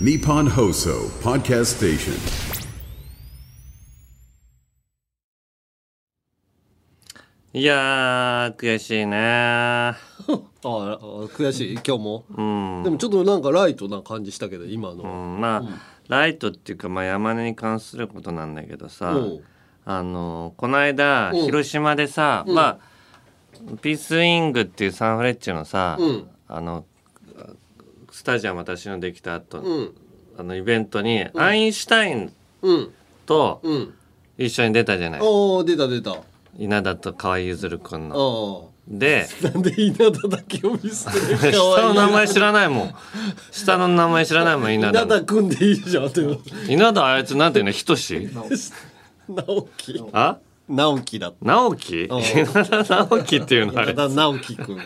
Nippon Hoso Podcast Station. いやー、悔しいね。あ ああ悔しい今日も、でもちょっとなんかライトな感じしたけど今うの、んまあ、ライトっていうか、まあ、山根に関することなんだけどさ、うんあのこの間ん広島でさ、まあピースウィングっていうサンフレッチェのさ、うんあのスタジアム私のできた後、うんあのイベントに、アインシュタインうんとうん一緒に出たじゃない、ああ出た出たあ稲田と河合ゆずるくんの。あでなんで稲田だけを見捨てる か下の名わい前知らないもん下の名前知らないもんい稲田稲の田君でいいじゃん でも稲田あいつなんていうのひとし直樹あ直樹だった直樹ん稲田直樹っていうのあ稲れ田直 樹君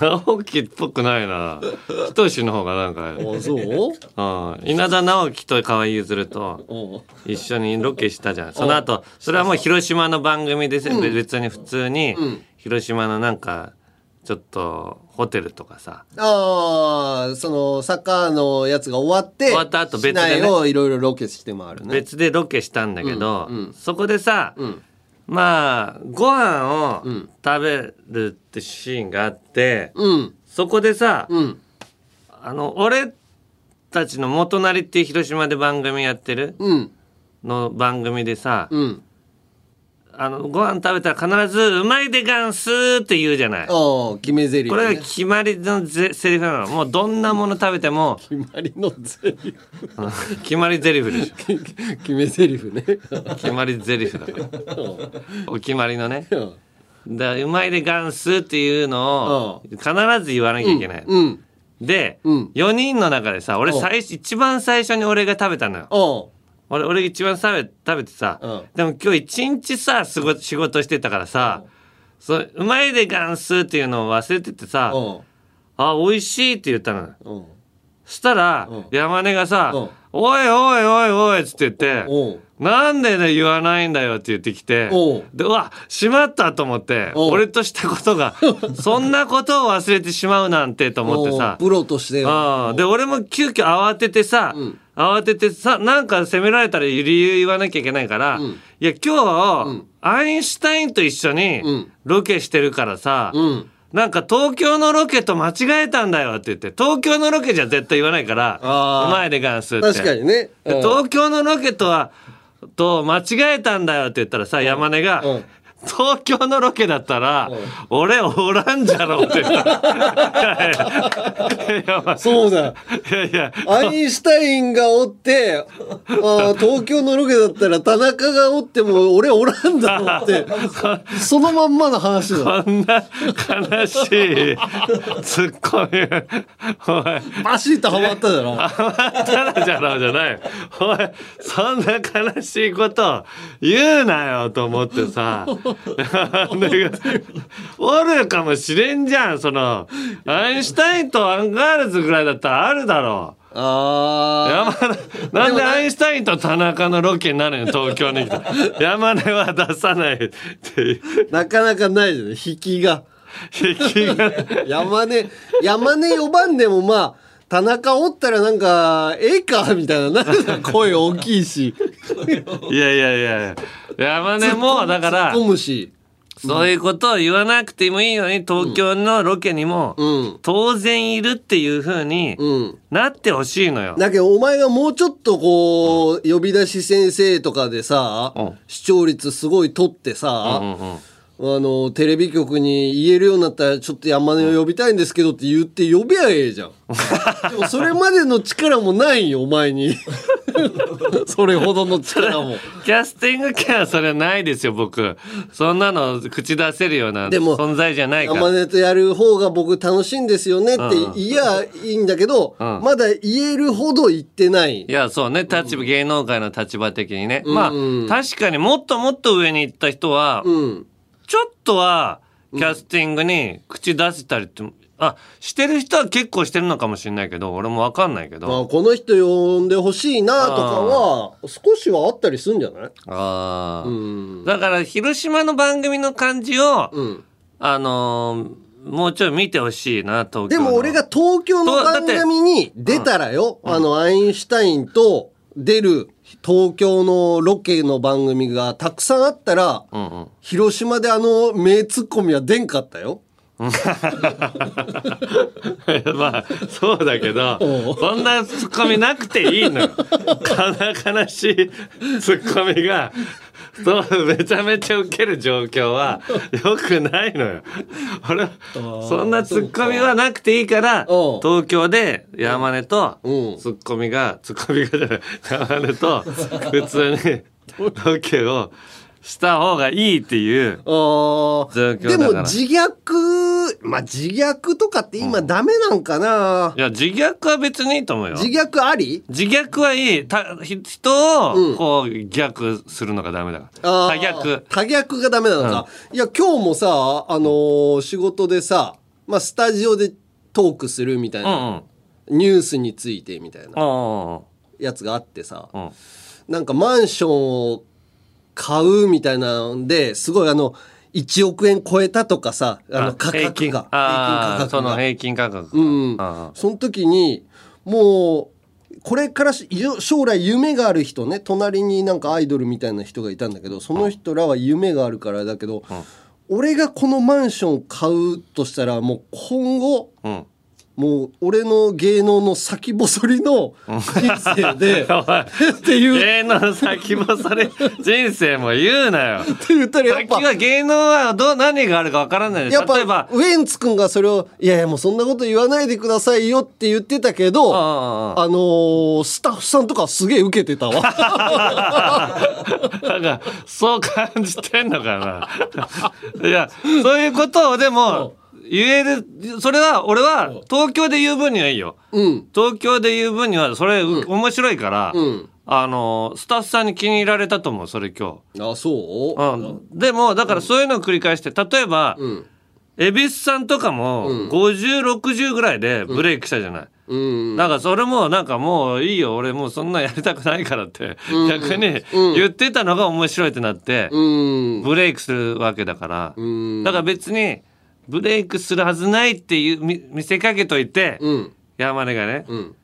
直樹っぽくないなひとしの方がなんかあれあそううん稲田直樹と河合ゆずるとお一緒にロケしたじゃんその後それはもう広島の番組でせ別に普通に広島のなんかちょっとホテルとかさああそのサッカーのやつが終わって終わった後別でね市内をいろいろロケして回るね別でロケしたんだけど、そこでさ、まあご飯を食べるってシーンがあって、うんそこでさ、んあの俺たちの元なりっていう広島で番組やってるうんの番組でさ、うんあのご飯食べたら必ず「うまいでガンス」って言うじゃない。ああ決めゼリこれが決まりのぜセリフなのもうどんなもの食べても決まりのゼリフ決まりゼリフでしょ 決め台詞ね。 決まりゼリフだからお決まりのねだうまいでガンスっていうのを必ず言わなきゃいけない。うん。で、4人の中でさ俺最初一番最初に俺が食べたのよ。お俺俺一番食べ食べてさ、うんでも今日一日さすご仕事してたからさ、そううまいでガンスっていうのを忘れててさ、おあ美味しいって言ったのよ。おしたら、山根がさ、うんおいおいおいおいっつって言って、おなんでね言わないんだよって言ってきておうでうわしまったと思っておう俺としたことがそんなことを忘れてしまうなんてと思ってさプロとしては。ああで俺も急遽慌ててさ、慌ててさなんか責められたら理由言わなきゃいけないから、いや今日、アインシュタインと一緒にんロケしてるからさ、うん。なんか東京のロケと間違えたんだよって言って東京のロケじゃ絶対言わないからあーうまいでガンスって確かにね。でうん東京のロケとはと間違えたんだよって言ったらさ山根がうん「東京のロケだったら俺おらんじゃろ」って言った いやいやそうだ。いやいやアインシュタインがおって、あ ー東京のロケだったら田中がおっても俺おらんだ ろうって、そのまんまの話だ。こんな悲しいツッコミお前バシッとハマった だろ。ただじゃろうじゃないおいそんな悲しいこと言うなよと思ってさ でおるかもしれんじゃんそのアインシュタインとアンガールズぐらいだったらあるだろうあ山根なんでアインシュタインと田中のロケになるの東京に来た山根は出さないっていうー、なかなかないじゃない。引きが。気が山根、山根呼ばんでもまあ、田中おったらなんか、ええかみたいな、なんか声大きいし、いやいやいや山根もだから込むし。そういうことを言わなくてもいいのに東京のロケにもん当然いるっていう風にうん。なってほしいのよ。だけど、お前がもうちょっとこう、呼び出し先生とかでさうん、視聴率すごい取ってうさ、んうんあの、テレビ局に言えるようになったら、ちょっと山根を呼びたいんですけどって言って呼べやえ えじゃん。でもそれまでの力もないよ、お 前に。それほどの力も。キャスティング権はそれはないですよ僕そんなの口出せるようなでも存在じゃないから山根とやる方が僕楽しいんですよねってうん言やいいんだけど、うんまだ言えるほど言ってないい。やそうね立場芸能界の立場的にねんまあ確かにもっともっと上に行った人はうん。ちょっとはキャスティングに口出せたりってあしてる人は結構してるのかもしれないけど俺もわかんないけどまあ、この人呼んでほしいなとかは、少しはあったりするんじゃないああ、うん。だから広島の番組の感じを、うん。あのーもうちょい見てほしいな、東京の。でも俺が東京の番組に出たらよ、あの、アインシュタインと出る東京のロケの番組がたくさんあったら、うんうん。広島であの名ツッコミは出んかったよ。 まあそうだけどそんなツッコミなくていいのよ。悲悲しいツッコミがそうめちゃめちゃウケる状況はよくないのよ。俺そんなツッコミはなくていいからそうか東京で山根とうんツッコミがツッコミがじゃない山根と普通にロケをした方がいいっていう。あ状あ。況だでからも自虐、まあ自虐とかって今ダメなんかな、いや自虐は別にいいと思うよ。自虐あり自虐はいいたひ人うをんこう逆するのがダメだから、あ多ー逆多逆がダメなのか。いや、今日もさ、あのー仕事でさ、まあ、スタジオでトークするみたいうんうな、んニュースについてみたいうなんやつがあってさ、うんなんかマンションを買うみたいなんで、すごいあの、1億円超えたとかさ、あの、価格が。平均ああそ平均価の格が。平均価格うんあ。その時に、もう、これからし将来夢がある人ね、隣になんかアイドルみたいな人がいたんだけど、その人らは夢があるからだけど、俺がこのマンション買うとしたら、もう今後、うんもう俺の芸能の先細りの人 生 で、っていう芸能先もそれ人生も言うなよって言ったらやっ先ぱは芸能はどう何があるかわからないでやっぱ例えばウエンツ君がそれを「いやいやもうそんなこと言わないでくださいよ」って言ってたけどああのースタッフさんとかすげえ受けてたわあなんかそう感じてんのかな いやそういうことをでも言えるそれは俺は東京で言う分にはいいようん東京で言う分にはそれ、う面白いから、うんあのスタッフさんに気に入られたと思うそれ今あそう日、うん、でもだからそういうのを繰り返して例えば、うん恵比寿さんとかも5060ぐらいでブレイクしたじゃない、うんなんかそれもなんかもういいよ俺もうそんなんやりたくないからって逆に言ってたのが面白いってなってうんブレイクするわけだからうんだから別にブレイクするはずないっていうみ見せかけといてうん山根がねうん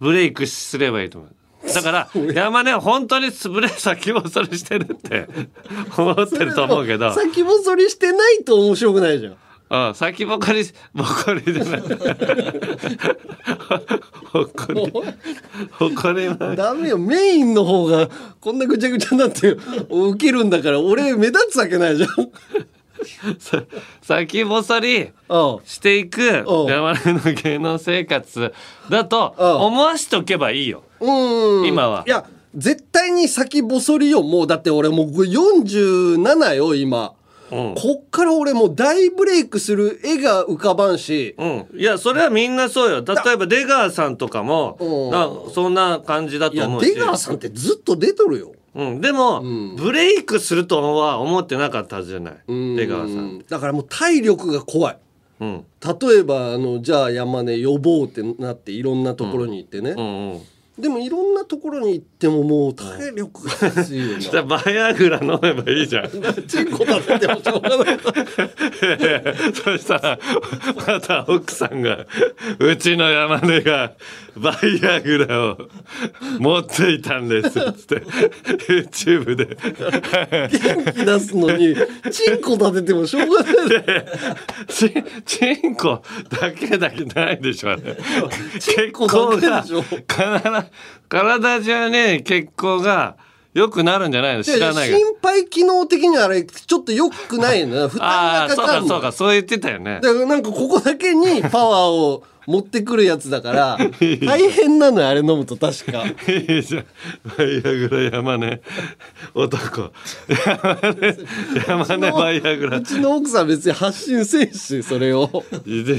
ブレイクすればいいと思う。だから山根は本当にブレ先細りしてるって 思ってると思うけど、先細りしてないと面白くないじゃんうん、先ぼかりぼかりじゃない ほっこりほっこりまダメよメインの方がこんなぐちゃぐちゃになって受けるんだから俺目立つわ けないじゃんさ 先細りあしていくうん山根の芸能生活だとうん思わしておけばいいよ。うん今はいや絶対に先細りよもうだって俺もう47よ今、うんこっから俺もう大ブレイクする絵が浮かばんしうん、いやそれはみんなそうよ例えば出川さんとかもうんなそんな感じだいとや思うし出川さんってずっと出とるようん、でも、んブレイクするとは思ってなかったはずじゃない出川さ、うんんだからもう体力が怖いうん、例えばあのじゃあ山根呼ぼうってなっていろんなところに行ってね、うんうんでもいろんなところに行ってももう体力が欲しいよじゃなあバイアグラ飲めばいいじゃんそチンコ立ててもしょうがない したらまた奥さんがうちの山根がバイアグラを持っていたんですっつって YouTube で 元気出すのにチンコ立ててもしょうがないちチンコだけだけないでしょあれチンコだけでしょ血行が体体中に血行が良くなるんじゃないの知らないが心肺機能的にはあれちょっと良くないのよ負ああ担がそかうかかそうるのだかそう言ってたよねからなんかここだけにパワーを持ってくるやつだから 大変なのよあれ飲むと確かいいじゃんバイアグラ山根男山根山根バイアグラうちの奥さん別に発信せんしそれをいで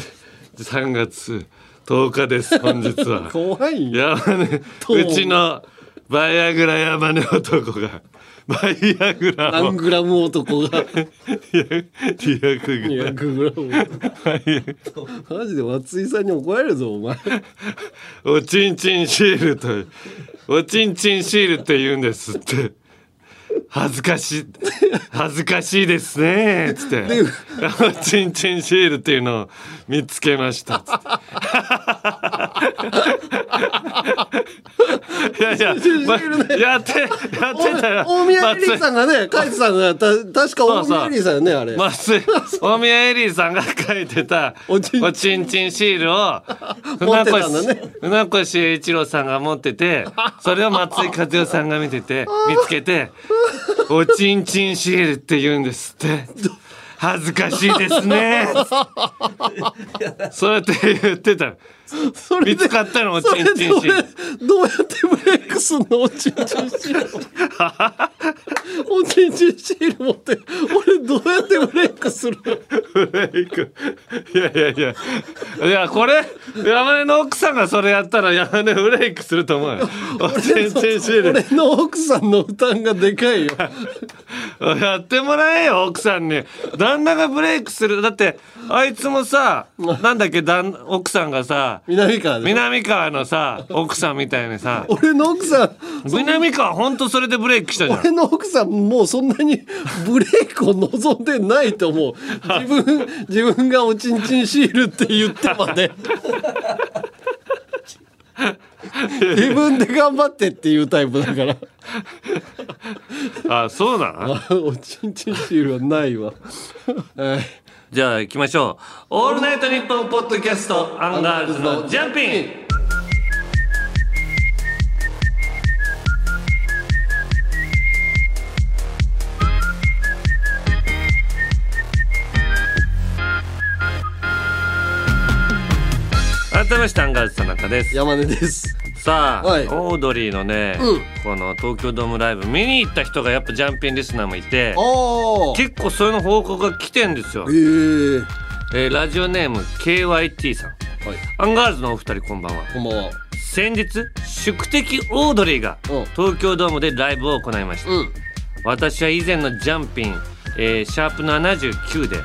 3月10日です本日は怖いよ山根うちのバイアグラ山根男がバイアグラ何をグラム男が200グラム200グラム男マジで松井さんに怒られるぞお前おちんちんシールとおちんちんシールって言うんですって恥ずかしい恥ずかしいですねつって「チンチンシール」っていうのを見つけましたつっていやいや、まやってやってたら大宮エリーさんがね書いてたのはた確かう大そう宮エリーさんよねあ れ松井大宮エリーさんが書いてたおちんちんおちんちんシールを船持って越たんだね船越英一郎さんが持っててそれを松井和代さんが見てて見つけて「おちんちんシールって言うんです」って。恥ずかしいですね。 そうやって言ってた。それ見でつかったのおちそれんちんでシ俺ール。どうやってブレイクすんのおちんちんシールおちんちんシール持って俺どうやってブレイクするいやいやいやいやこれ山根の奥さんがそれやったら山根ブレイクすると思うよ全然シー俺の奥さんの負担がでかいよル やってもらえよ奥さんに旦那がブレイクするだってあいつもさなんだっけ旦奥さんがさ南川で南川のさ奥さんみたいにさ俺の奥さん南川ほんとそれでブレイクしたじゃん 俺の奥さんもうそんなに ブレイクを望んでないと思う自分自分がおちんちんシールって言ってまで自分で頑張ってっていうタイプだから あそうなのあおちんちんシールはないわ、はいじゃあ行きましょう「オールナイトニッポン」ポッドキャストアンガールズのジャンピン改めましてアンガールズ田中です山根ですさあ、はいオードリーのね、うんこの東京ドームライブ見に行った人がやっぱジャンピンリスナーもいてああ結構そういうの報告が来てんですよええー、えーラジオネーム KYT さんはいアンガールズのお二人こんばんはこんばんは先日宿敵オードリーがうん東京ドームでライブを行いました、うん私は以前のジャンピン、えーシャープ79で、うん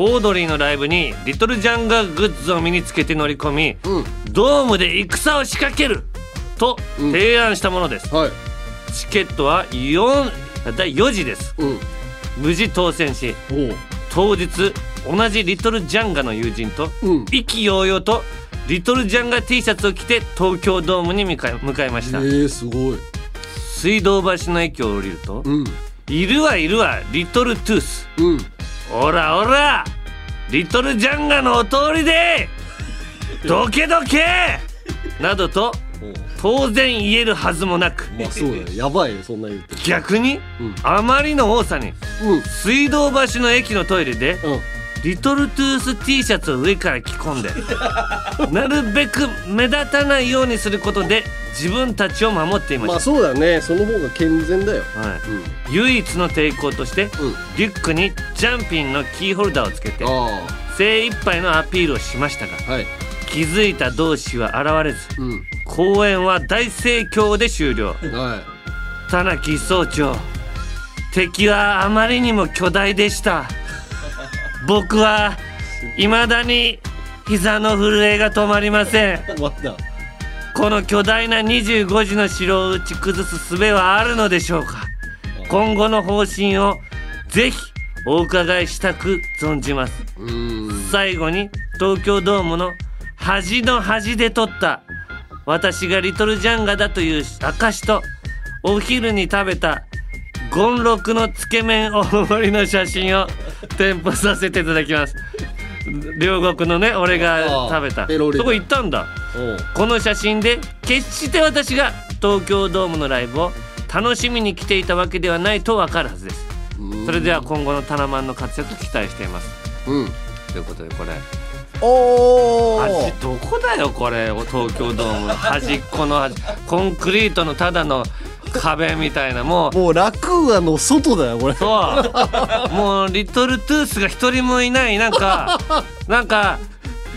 オードリーのライブにリトルジャンガーグッズを身につけて乗り込み、うんドームで戦を仕掛けると提案したものです、はいチケットは4第4時ですうん無事当選しおう当日同じリトルジャンガの友人とうん意気揚々とリトルジャンガ T シャツを着て東京ドームに向かい向かいました、ええすごい水道橋の駅を降りると、うんいるはいるわリトルトゥースうんおらおらリトルジャンガのお通り でどけどけなどとおう当然言えるはずもなくまあそうだよやばいよそんな言うて逆に、うんあまりの多さにうん水道橋の駅のトイレで、うんリトルトゥース T シャツを上から着込んでなるべく目立たないようにすることで自分たちを守っていままあしそうだねその方が健全だよた、はいうん唯一の抵抗として、んリュックにジャンピンのキーホルダーをつけてあ精一杯のアピールをしましたがあはい気づいた同志は現れずうん公演は大盛況で終了は田中総長敵はあまりにも巨大でした僕は未だに膝の震えが止まりません いまだこの巨大な25時の城を打ち崩す術はあるのでしょうか今後の方針をぜひお伺いしたく存じますうーん最後に東京ドームの端の端で撮った私がリトルジャンガだという証とお昼に食べたゴンロクのつけ麺大盛りの写真を添付させていただきます両国のね俺が食べあたーペロリだそこ行ったんだおうこの写真で決して私が東京ドームのライブを楽しみに来ていたわけではないとわかるはずですそれでは今後のタナマンの活躍期待していますうんということでこれお端ーどこだよこれ東京ド ーム端っこの端コンクリートのただの壁みたいなもうもうラクーアの外だよこれそうもうリトルトゥースが一人もいないなんかなんか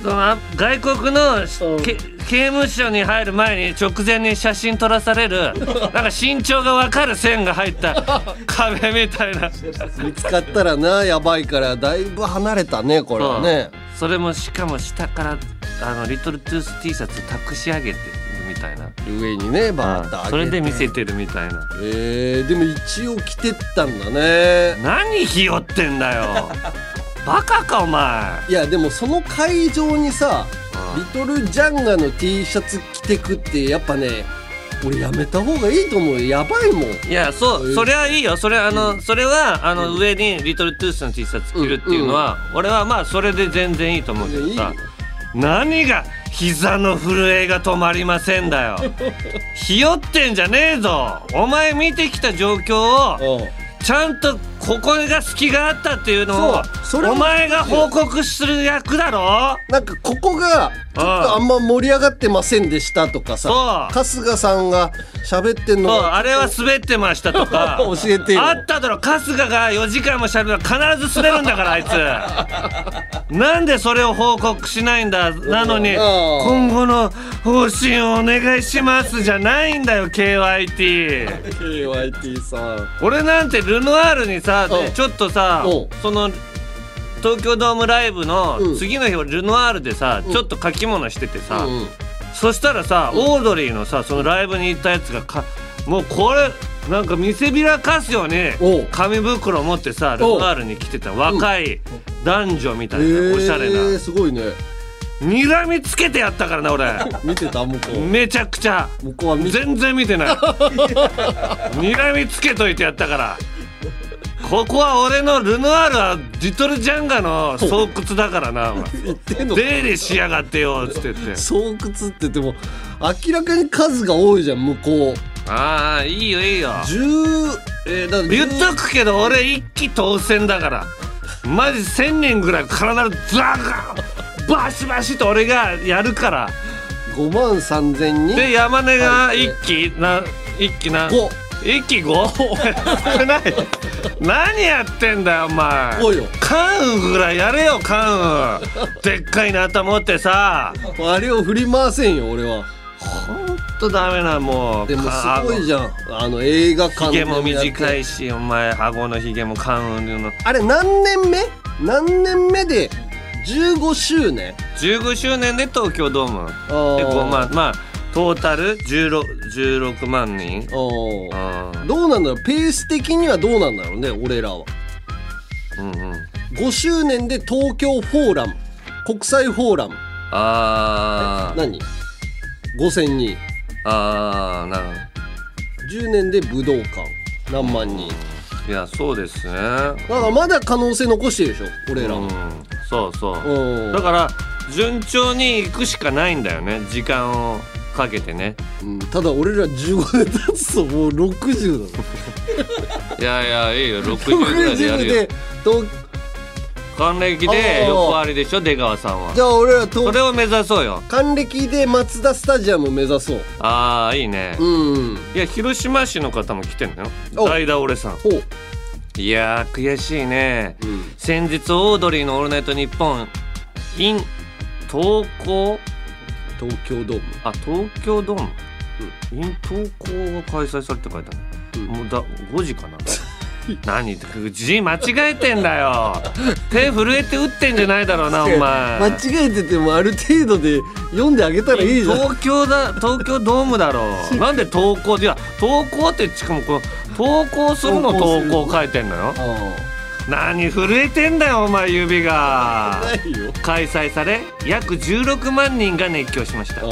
そのあ外国のしうんけ刑務所に入る前に直前に写真撮らされるなんか身長が分かる線が入った壁みたいな見つかったらなやばいからだいぶ離れたねこれはねそれもしかも下からあのリトルトゥース T シャツ託し上げてみたいな、上にねバーッと上げうてんそれで見せてるみたいなえー、でも一応着てったんだね何ひよってんだよ バカかお前いやでもその会場にさリトルジャンガの T シャツ着てくってやっぱね俺やめた方がいいと思うよやばいもんいやそうそれはいいよそれあの、それはあの上にリトルトゥースの T シャツ着るっていうのは、俺はまあそれで全然いいと思うけどいやいさいよ何が膝の震えが止まりませんだ よひよってんじゃねえぞお前見てきた状況をうんちゃんとここが隙があったっていうのをそうそれもお前が報告する役だろなんかここがちょっとあんま盛り上がってませんでしたとかさそ春日さんが喋ってんのそうがあれは滑ってましたとか 教えてよあっただろ春日が4時間もしゃべるから必ず滑るんだからあい つなんでそれを報告しないんだなのにうん今後の方針をお願いしますじゃないんだよ KYT KYT さん俺なんてルノアールにさうんちょっとさうんその東京ドームライブうのん次の日はルノアールでさ、ちょっと書き物しててさ、うんそしたらさ、オードリーのさそのライブに行ったやつがかもうこれなんか見せびらかすようおうに紙袋持ってさルおうノアールに来てた若い男女みたいな、おしゃれなえーすごいね睨みつけてやったからな 俺見てた向こうめちゃくちゃ向こうは見て全然見て ない睨みつけといてやったからここは俺のルノアールはリトルジャンガの巣窟だからなお 前言ってんの出入りしやがってよっつって言って巣窟って言っても明らかに数が多いじゃん向こうああいいよいいよ10えー、だから言っと10くけど俺一気当選だからマジ1,000人ぐらい体のザガーバシバシと俺がやるから5万3000人で山根が一気な一気な5一気 5? 少ない何やってんだよお前おいよ関羽ぐらいやれよ関羽でっかいなと思ってさあれを振り回せんよ俺はほんとダメなもうでもすかごいじゃんあの映画館ひでげもやって短いしお前顎のひげも関羽のあれ何年目何年目で15周年15周年で東京ドームあーで5万まあトータル 16, 16万人あーあーどうなんだろうペース的にはどうなんだろうね俺らはうんうん5周年で東京フォーラム国際フォーラムあー何5000人あーなる10年で武道館何万人ほどいやそうですねだからまだ可能性残してるでしょ俺らうはんそうそううんだから順調に行くしかないんだよね時間をかけてねうんただ俺ら15年経つともう60だぞいやいやい いよ60ぐらいでや60るよで東還暦あでー横ありでしょ出川さんはじゃあ俺らそ東れを目指そうよ還暦で松田スタジアム目指そうああいいねうんいや広島市の方も来てんのよお代打俺さんほういやー悔しいね、うん先日オードリーの「オールナイトニッポン」in 東京東京ドームあ東京ドーム、in 東京が開催されて書いてある、うんもうだ5時かな 何字間違えてんだ よ手震えて打ってんじゃないだろうなお前間違えててもある程度で読んであげたらいいじゃん東京だ東京ドーム だろうなんで投稿いや投稿ってしかもこの投稿するの投稿投する稿書いてんのよあ何震えてんだよお前指あ がないよ開催され約16万人が熱狂しましたあ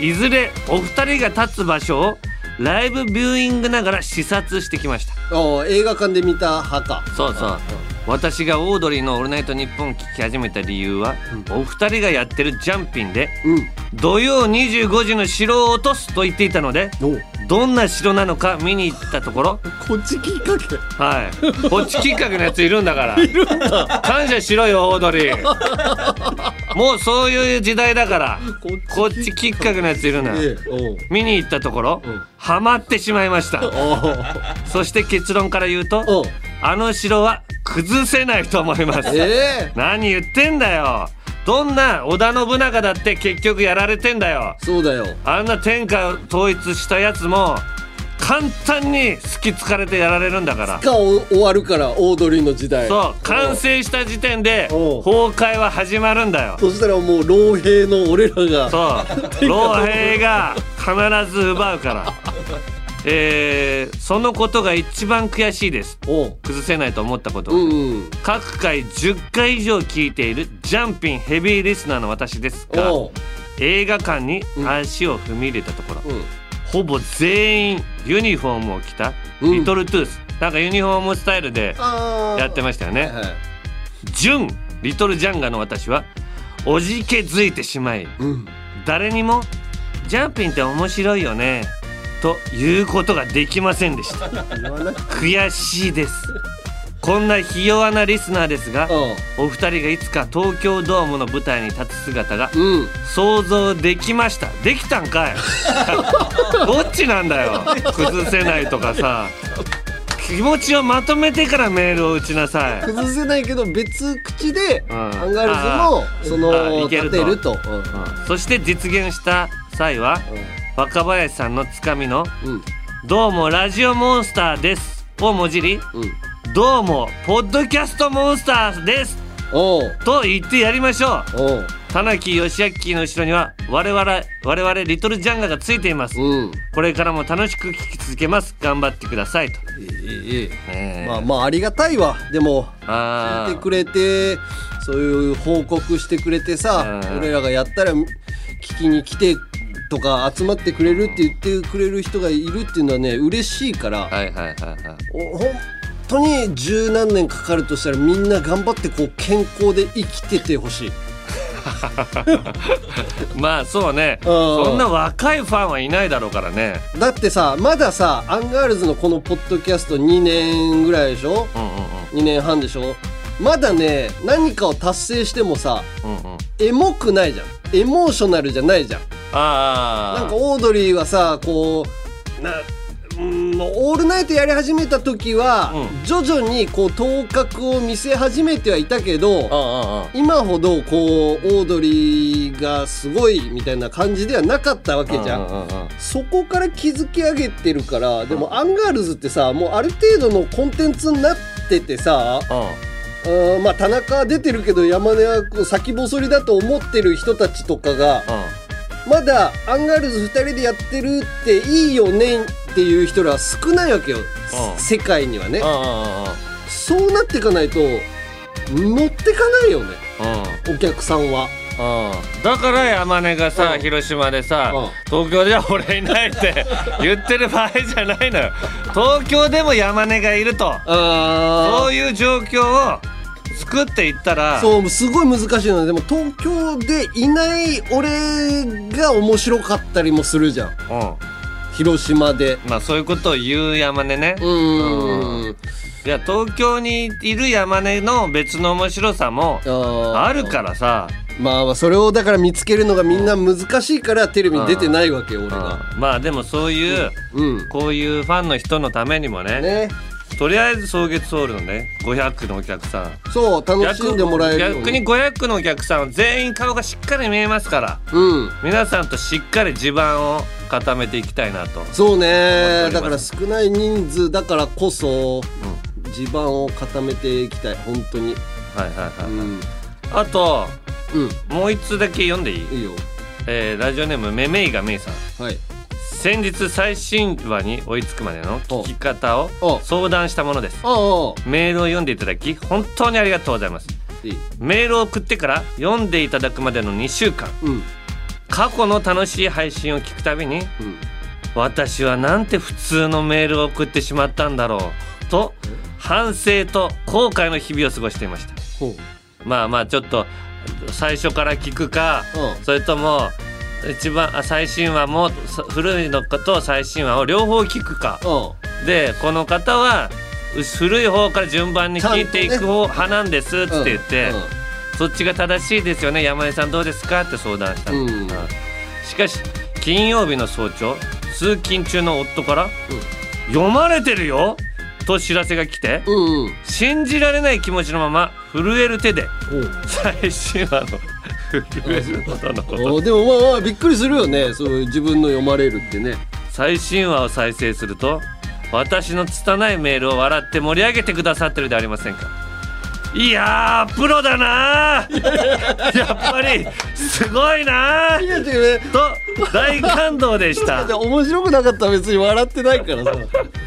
いずれお二人が立つ場所をライブビューイングながら視察してきましたあああ映画館で見た墓そうそう私がオードリーの「オールナイトニッポン」聞き始めた理由は、お二人がやってるジャンピンでうん土曜25時の城を落とすと言っていたのでおどんな城なのか見に行ったところこっちきっかけはい。こっちきっかけのやついるんだから。感謝しろよ、オードリー。 もうそういう時代だから。こっちきっかけのやついるんだよ。ええおう見に行ったところうん、ハマってしまいました。あそして結論から言うあおとう、あの城は崩せないと思います。ええ何言ってんだよ。どんな織田信長だって結局やられてんだよ。そうだよあんな天下統一したやつも、簡単に好きつかれてやられるんだから。がお終わるからオードリーの時代そう完成した時点でおう崩壊は始まるんだよ そしたらもう老兵の俺らがそう老兵が必ず奪うから、えーそのことが一番悔しいですおう崩せないと思ったこと、うんうん各回10回以上聞いているジャンピンヘビーリスナーの私ですがおう映画館に足を踏み入れたところ、うんほぼ全員ユニフォームを着た、うんリトルトゥースなんかユニフォームスタイルであーやってましたよね、はいはい純リトルジャンガの私はおじけづいてしまいうん誰にも「ジャンピンって面白いよね」と言うことができませんでした言わなく悔しいですこんなひ弱なリスナーですがあお二人がいつか東京ドームの舞台に立つ姿がうん想像できましたできたんかい どっちなんだよ崩せないとかさ気持ちをまとめてからメールを打ちなさい崩せないけど別口でうんアンガールズもあそのいける立とてるとうんそして実現した際は若林さんのつかみのうん「どうもラジオモンスターです」をもじりうん「どうもポッドキャストモンスターですおう」と言ってやりましょうおう田中義明の後ろには我々我々リトルジャンガがついていますうんこれからも楽しく聞き続けます頑張ってくださいとええええねえまあまあありがたいわでもあ聞ーいてくれてそういう報告してくれてさうん俺らがやったら聞きに来てとか集まってくれるって言ってくれる人がいるっていうのはね嬉しいからはいはいはいはいお本当に十何年かかるとしたらみんな頑張ってこう健康で生きててほしいまあそうねうんそんな若いファンはいないだろうからねだってさまださアンガールズのこのポッドキャスト2年ぐらいでしょうんうん2年半でしょまだね何かを達成してもさうんうんうんエモくないじゃんエモーショナルじゃないじゃんああなんかオードリーはさこうなうんもうオールナイトやり始めた時は、う徐々にこう頭角を見せ始めてはいたけうどんうんうん今ほどこうオードリーがすごいみたいな感じではなかったわけじゃうんん。うんうんうんそこから築き上げてるからでもアンガールズってさもうある程度のコンテンツになっててさうんまあ田中は出てるけど山根はこう先細りだと思ってる人たちとかがまだアンガールズ2人でやってるっていいよねっていう人らは少ないわけよ、ん世界にはね、うそうなっていかないと乗ってかないよねんうんうんうんお客さんはうんだから山根がさ、うん広島でさ、うん東京じゃ俺いないって 言ってる場合じゃないのよ東京でも山根がいるとあそういう状況を作っていったらそうすごい難しいのでも東京でいない俺が面白かったりもするじゃんう広島でん、まあそういうことを言う山根ね、うーんいや東京にいる山根の別の面白さもああるからさ、ーまあまあそれをだから見つけるのがみんな難しいからテレビに出てないわけよ俺がうんまあでもそういう、うんこういうファンの人のためにもねねとりあえず草月ホールのね500のお客さんそう楽しんでもらえるよう逆に500のお客さんは全員顔がしっかり見えますからうん皆さんとしっかり地盤を固めていきたいなとそう思ねっておだりかまらす少ない人数だからこそ、地盤を固めていきたい本当にはいはいはうい、ん、あとうん、もう一通だけ読んでいい、いいよえーラジオネームめめいがめいさんはい先日最新話に追いつくまでの聞き方をお相談したものですああメールを読んでいただき本当にありがとうございますいいメールを送ってから読んでいただくまでの2週間うん過去の楽しい配信を聞くたびに私はなんて普通のメールを送ってしまったんだろうと反省と後悔の日々を過ごしていましたほまあまあちょっと最初から聞くか、うんそれとも一番あ最新話もさ古いのと最新話を両方聞くかうあでこの方はう古い方から順番に聞いていく方派なんですってあ言って、そっちが正しいですよね山根さんどうですかって相談したの、うんうんしかし金曜日の早朝通勤中の夫から「読まれてるよ!」と知らせが来て、うんうんうん信じられない気持ちのまま震える手でお最新話の震えることのことうおうでもまあまあびっくりするよねそういう自分の読まれるってね最新話を再生すると私の拙いメールを笑って盛り上げてくださってるではありませんかいやープロだなー やっぱりすごいなーいや違うねと大感動で したじゃあ面白くなかったら別に笑ってないからさ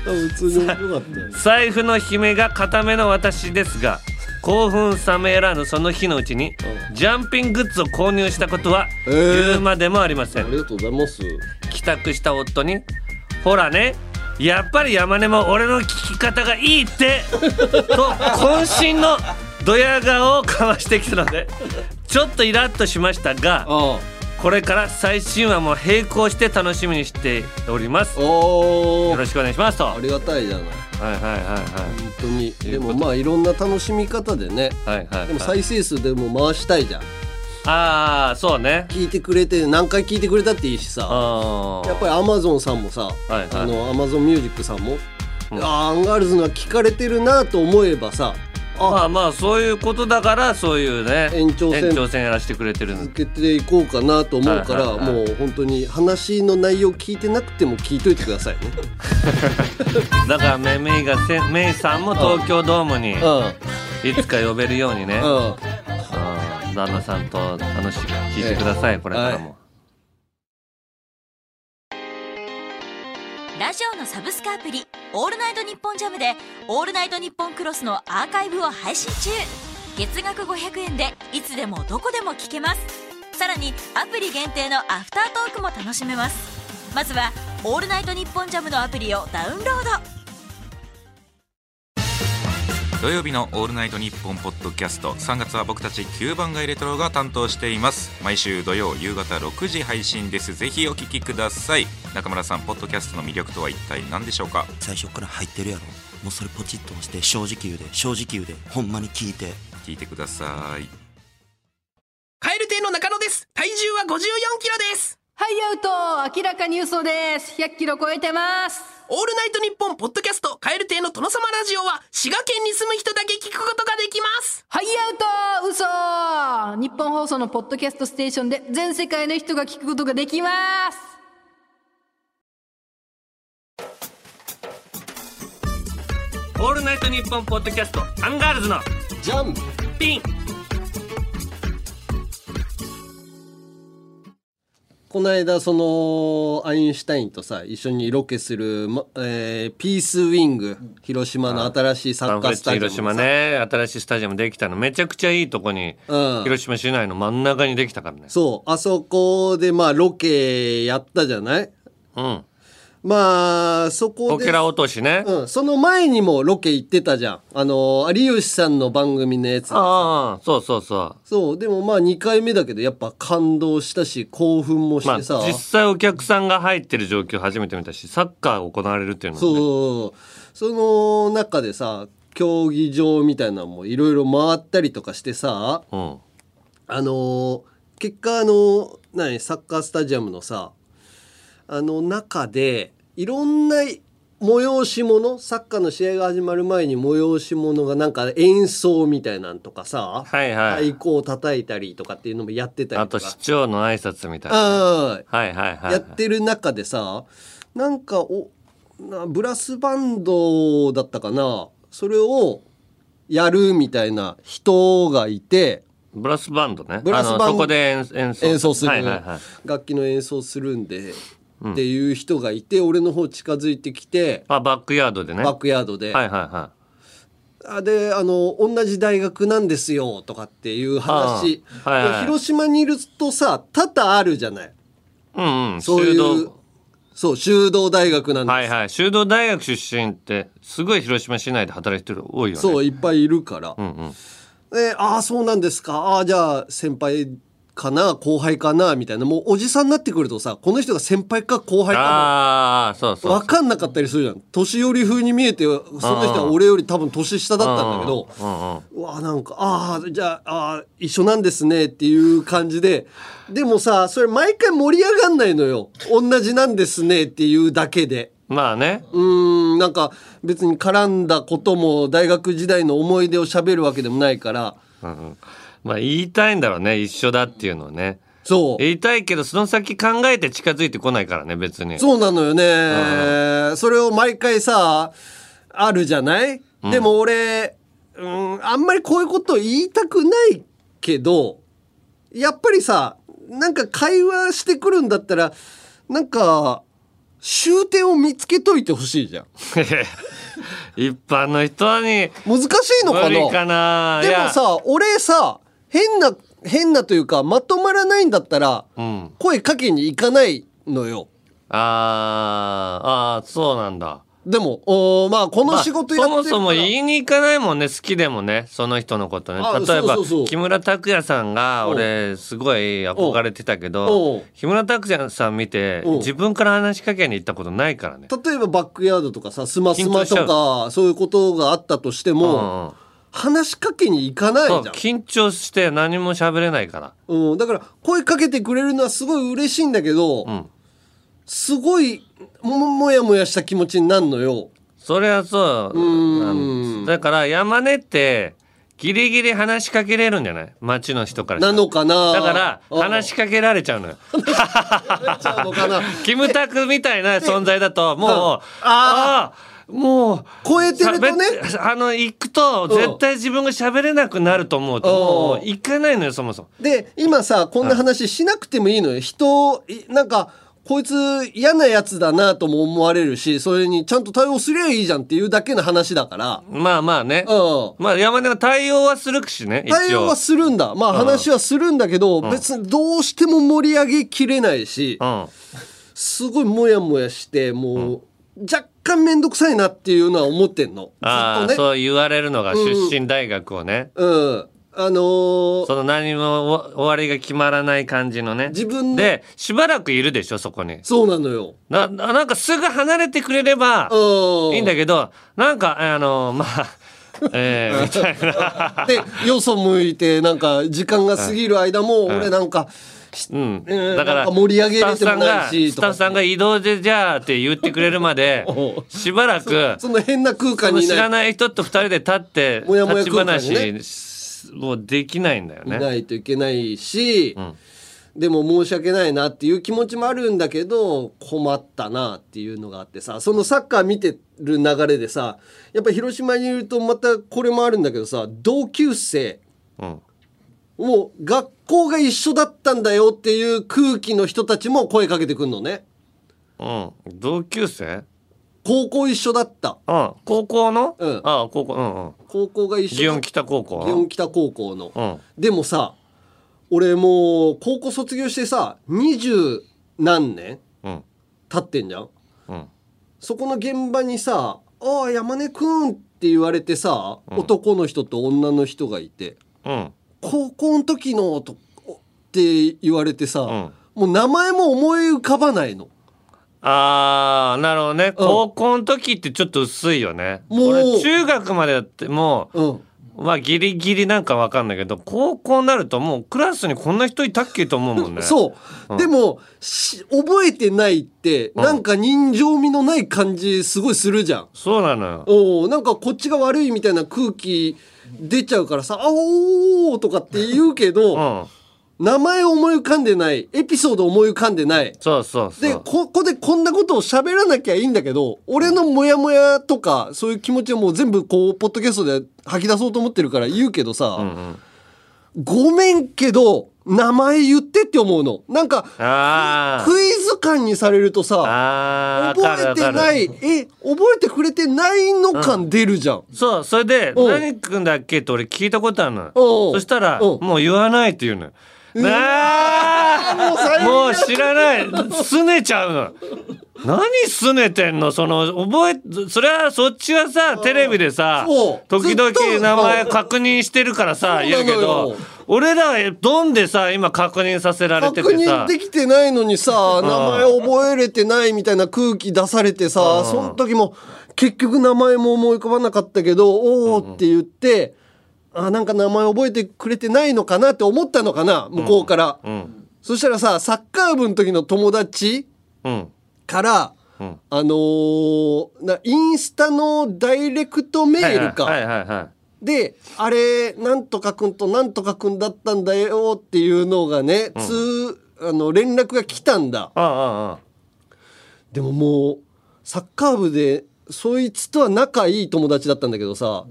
普通に面白かったよ財布の姫が固めの私ですが興奮冷めやらぬその日のうちにジャンピングッズを購入したことはえー言うまでもありません、ありがとうございます帰宅した夫に「ほらねやっぱり山根も俺の聞き方がいい って」と渾身のドヤ顔をかわしてきたのでちょっとイラッとしましたがあこれから最新話も並行して楽しみにしておりますあよおろーしくお願いしますとはあいりがたいじゃないはいはいは本当にいうでこともまあいろんな楽しみ方でねいはいはいはでもい再生数でも回したいじゃんああそうね聞いてくれて何回聞いてくれたっていいしさあやっぱりアマゾンさんもさ、はいあのアマゾンミュージックさんも、うんあアンガールズのは聞かれてるなと思えばさあまああまあそういうことだからそういうね延長戦やらせてくれてるん続けていこうかなと思うから、はいはいはもう本当に話の内容聞いてなくても聞いといてくださいね。だからめめいがせめいさんも東京ドームにうんいつか呼べるようにねうんうん旦那さんと楽しく聞いてくださいこれからもラジオのサブスクアプリ「オールナイトニッポンジャムで「オールナイトニッポンクロス」のアーカイブを配信中月額500円でいつでもどこでも聞けますさらにアプリ限定のアフタートークも楽しめますまずは「オールナイトニッポンジャムのアプリをダウンロード土曜日の「オールナイトニッポン」ポッドキャスト3月は僕たち9番街レトロが担当しています毎週土曜夕方6時配信ですぜひお聞きください中村さんポッドキャストの魅力とは一体何でしょうか最初から入ってるやろもうそれポチッと押して正直言うで正直言うでほんまに聞いて聞いてくださいカエル亭の中野です。体重は54キロです。ハイアウト明らかに嘘です100キロ超えてますオールナイトニッポンポッドキャスト、カエル亭の殿様ラジオは、滋賀県に住む人だけ聞くことができます。ハイアウト嘘日本放送のポッドキャストステーションで全世界の人が聞くことができます「オールナイトニッポン」ポッドキャストアンガールズのジャンプピンこの間そのアインシュタインとさ一緒にロケする、まえーピースウィング広島の新しいササッンフカレーッスチェタジアム広島ね新しいスタジアムできたのめちゃくちゃいいとこにうん広島市内の真ん中にできたからねそうあそこでまあロケやったじゃないうんまあそこオでケラ落としねうん、その前にもロケ行ってたじゃんあの有吉さんの番組のやつああそうそうそそうでもまあ2回目だけどやっぱ感動したし興奮もうまあしてさ、実際お客さんが入ってる状況初めて見たしサッカー行われるっていうのもねそうその中でさ競技場みたいなのもいろいろ回ったりとかしてさうんあのー結果あのー何サッカースタジアムのさあの中でいろんな催し物サッカーの試合が始まる前に催し物がなんか演奏みたいなんとかさ、はいは太い。鼓を叩いたりとかっていうのもやってたありととか市長の挨拶みたいな。あーはいはいはい。やってる中でさなんかおなブラスバンドだったかなそれをやるみたいな人がいてブラスバンドね。ブラスバンドあのそこで演演奏演奏する、はいはいはい。楽器の演奏するんで、っていう人がいて俺の方近づいてきてあバックヤードでね。バッはクヤードで、いはいはあであの同じ大学なんですよとかっていう話、ああはいはいで広島にいるとさ多々あるじゃないい。うんうん。そうい修う道。そう修道大学なんです、はいはい。修道大学出身ってすごい広島市内で働いてる人多いよね。そういっぱいいるから。うんうん。で、ああ、そうなんですか。ああ、じゃあ、先輩かな、後輩かな、みたいな。もう、おじさんになってくるとさ、この人が先輩か後輩かああそうも、そう。わかんなかったりするじゃん。年寄り風に見えて、その人は俺より多分年下だったんだけど、うんうん。うわあ、なんか、ああ、じゃあ、ああ、一緒なんですね、っていう感じで。でもさ、それ毎回盛り上がんないのよ。同じなんですね、っていうだけで。まあね。うーん、なんか別に絡んだことも大学時代の思い出を喋るわけでもないから、まあ言いたいんだろうね。一緒だっていうのをね。そう。言いたいけどその先考えて近づいてこないからね別に。そうなのよね。それを毎回さ、あるじゃない、でも俺、うん、あんまりこういうこと言いたくないけど、やっぱりさ、なんか会話してくるんだったら、なんか、終点を見つけといてほしいじゃん。 一般の人に難しいのかな無理かなでいもやさ、俺さ、変な、変なというか、まとまらないんだったら、ん声かけに行かないのよ。あーあーそうなんだでも、おーまあ、このまあ仕事やってるから、そもそも言いに行かないもんね好きでもねその人のことねあ例えばそうそうそう木村拓哉さんがうん俺すごい憧れてたけうどん木村拓哉さん見てうん自分から話しかけに行ったことないからね例えばバックヤードとかさ、スマスマ緊張しちゃとか、そういうことがあったとしてうんうも、ん話しかけに行かないじそうゃん。緊張して何も喋れないからうん、だから声かけてくれるのはすごい嬉しいんだけど、んすごいももやもやした気持ちになるのよ。それはそうーんなんですだから山根ってギリギリ話しかけれるんじゃない町の人からしたならのかなだから話ししかけられちゃうの よちゃうのかなキムタクみたいな存在だともうあああもう超えてるとね喋っあの行くと絶対自分が喋れなくなると思うとうんもう行かないのよそもそもで、今さ、こんな話しなくてもいいのよ。人を、いなんか、こいつ嫌なやつだなとも思われるし、それにちゃんと対応すりゃいいじゃんっていうだけの話だから。まあまあねうん。まあ山根は対応はするしね一応対応はするんだ。まあ話はするんだけど、別にどうしても盛り上げきれないし、うんすごいモヤモヤして、もう、若干めんどくさいなっていうのは思ってんの。ずあっあとね。そう言われるのが出身大学をねうん。あのーその何も終わりが決まらない感じのね自分のでしばらくいるでしょそこにそうなのよ。なななんかすぐ離れてくれればうん。いいんだけどなんかあのまあ えー、みたい なで、よそ向いて、なんか、時間が過ぎる間も、俺なんか、しうん、えーだかならん盛り上げれてもないし、スタッフさんがスタッフさんが移動でじゃあって言ってくれるまで おしばらくその変な空間そのにい知らないない人と二人で立ってもやもや立ち空間にね話しもうできないんだよいね。ないといけないし、でも申し訳ないなっていう気持ちもあるんだけど、困ったなっていうのがあってさ、そのサッカー見てる流れでさ、やっぱ広島にいるとまたこれもあるんだけどさ、同級生、うんもう学校が一緒だったんだよっていう空気の人たちも声かけてくんのね。うん、同級生高校一緒だった。うん、高校の、うんあ高校、うんうん。高校が一緒祇だ園北高校。祇園北高校の、うでもさ俺もう高校卒業してさ二十何年うん経ってんじゃん、うんそこの現場にさ「ああ山根くん」って言われてさ、男の人と女の人がいてうん。 「高校の時の」とって言われてさ、んもう名前も思い浮かばないの。あー、なるほどね。高校の時ってちょっと薄いよね。もう俺中学までやってもう、うんまあギリギリなんかわかんないけど、高校になるともうクラスにこんな人いたっけと思うもんね。 そう、うんでもし覚えてないって、なんか人情味のない感じすごいするじゃんそうなのよ。おーなんかこっちが悪いみたいな空気出ちゃうからさ「あおー」とかって言うけうど、ん。名前思い浮かんでないエピソード思い浮かんでないそうそうそでう。ここでこんなことを喋らなきゃいいんだけど俺のモヤモヤとかそういう気持ちをもう全部こうポッドキャストで吐き出そうと思ってるから言うけどさ、ごめんけど名前言ってって思うのなんかあー。クイズ感にされるとさあー、わかる覚えわてかなる。いえ覚えてくれてないの感出るじゃんそう、それで、うん何くんだっけって俺聞いたことあるのよ。うんそしたら、うんもう言わないって言うのよ。なもう最あ悪もう知らない。拗ねちゃうの。何拗ねてんのその、覚え、そりゃ、そっちはさ、テレビでさそう、時ずっ々と名前確認してるからさ、そう言うけなのよど、俺らはドンでさ、今確認させられてて確認さ、できてないのにさ、名前覚えれてないみたいな空気出されてさ、その時も結局名前も思い浮かばなかったけど、おーって言って、あ、なんか名前覚えてくれてないのかなって思ったのかな、向こうから。そしたらさ、サッカー部の時の友達うん。から、あのーな、インスタのダイレクトメはいーはいルか。はいはいはい。で、あれ、なんとかくんとなんとかくんだったんだよっていうのがね、通、あの、連絡が来たんだ。ああああでももう、サッカー部で、そいつとは仲いい友達だったんだけどさ、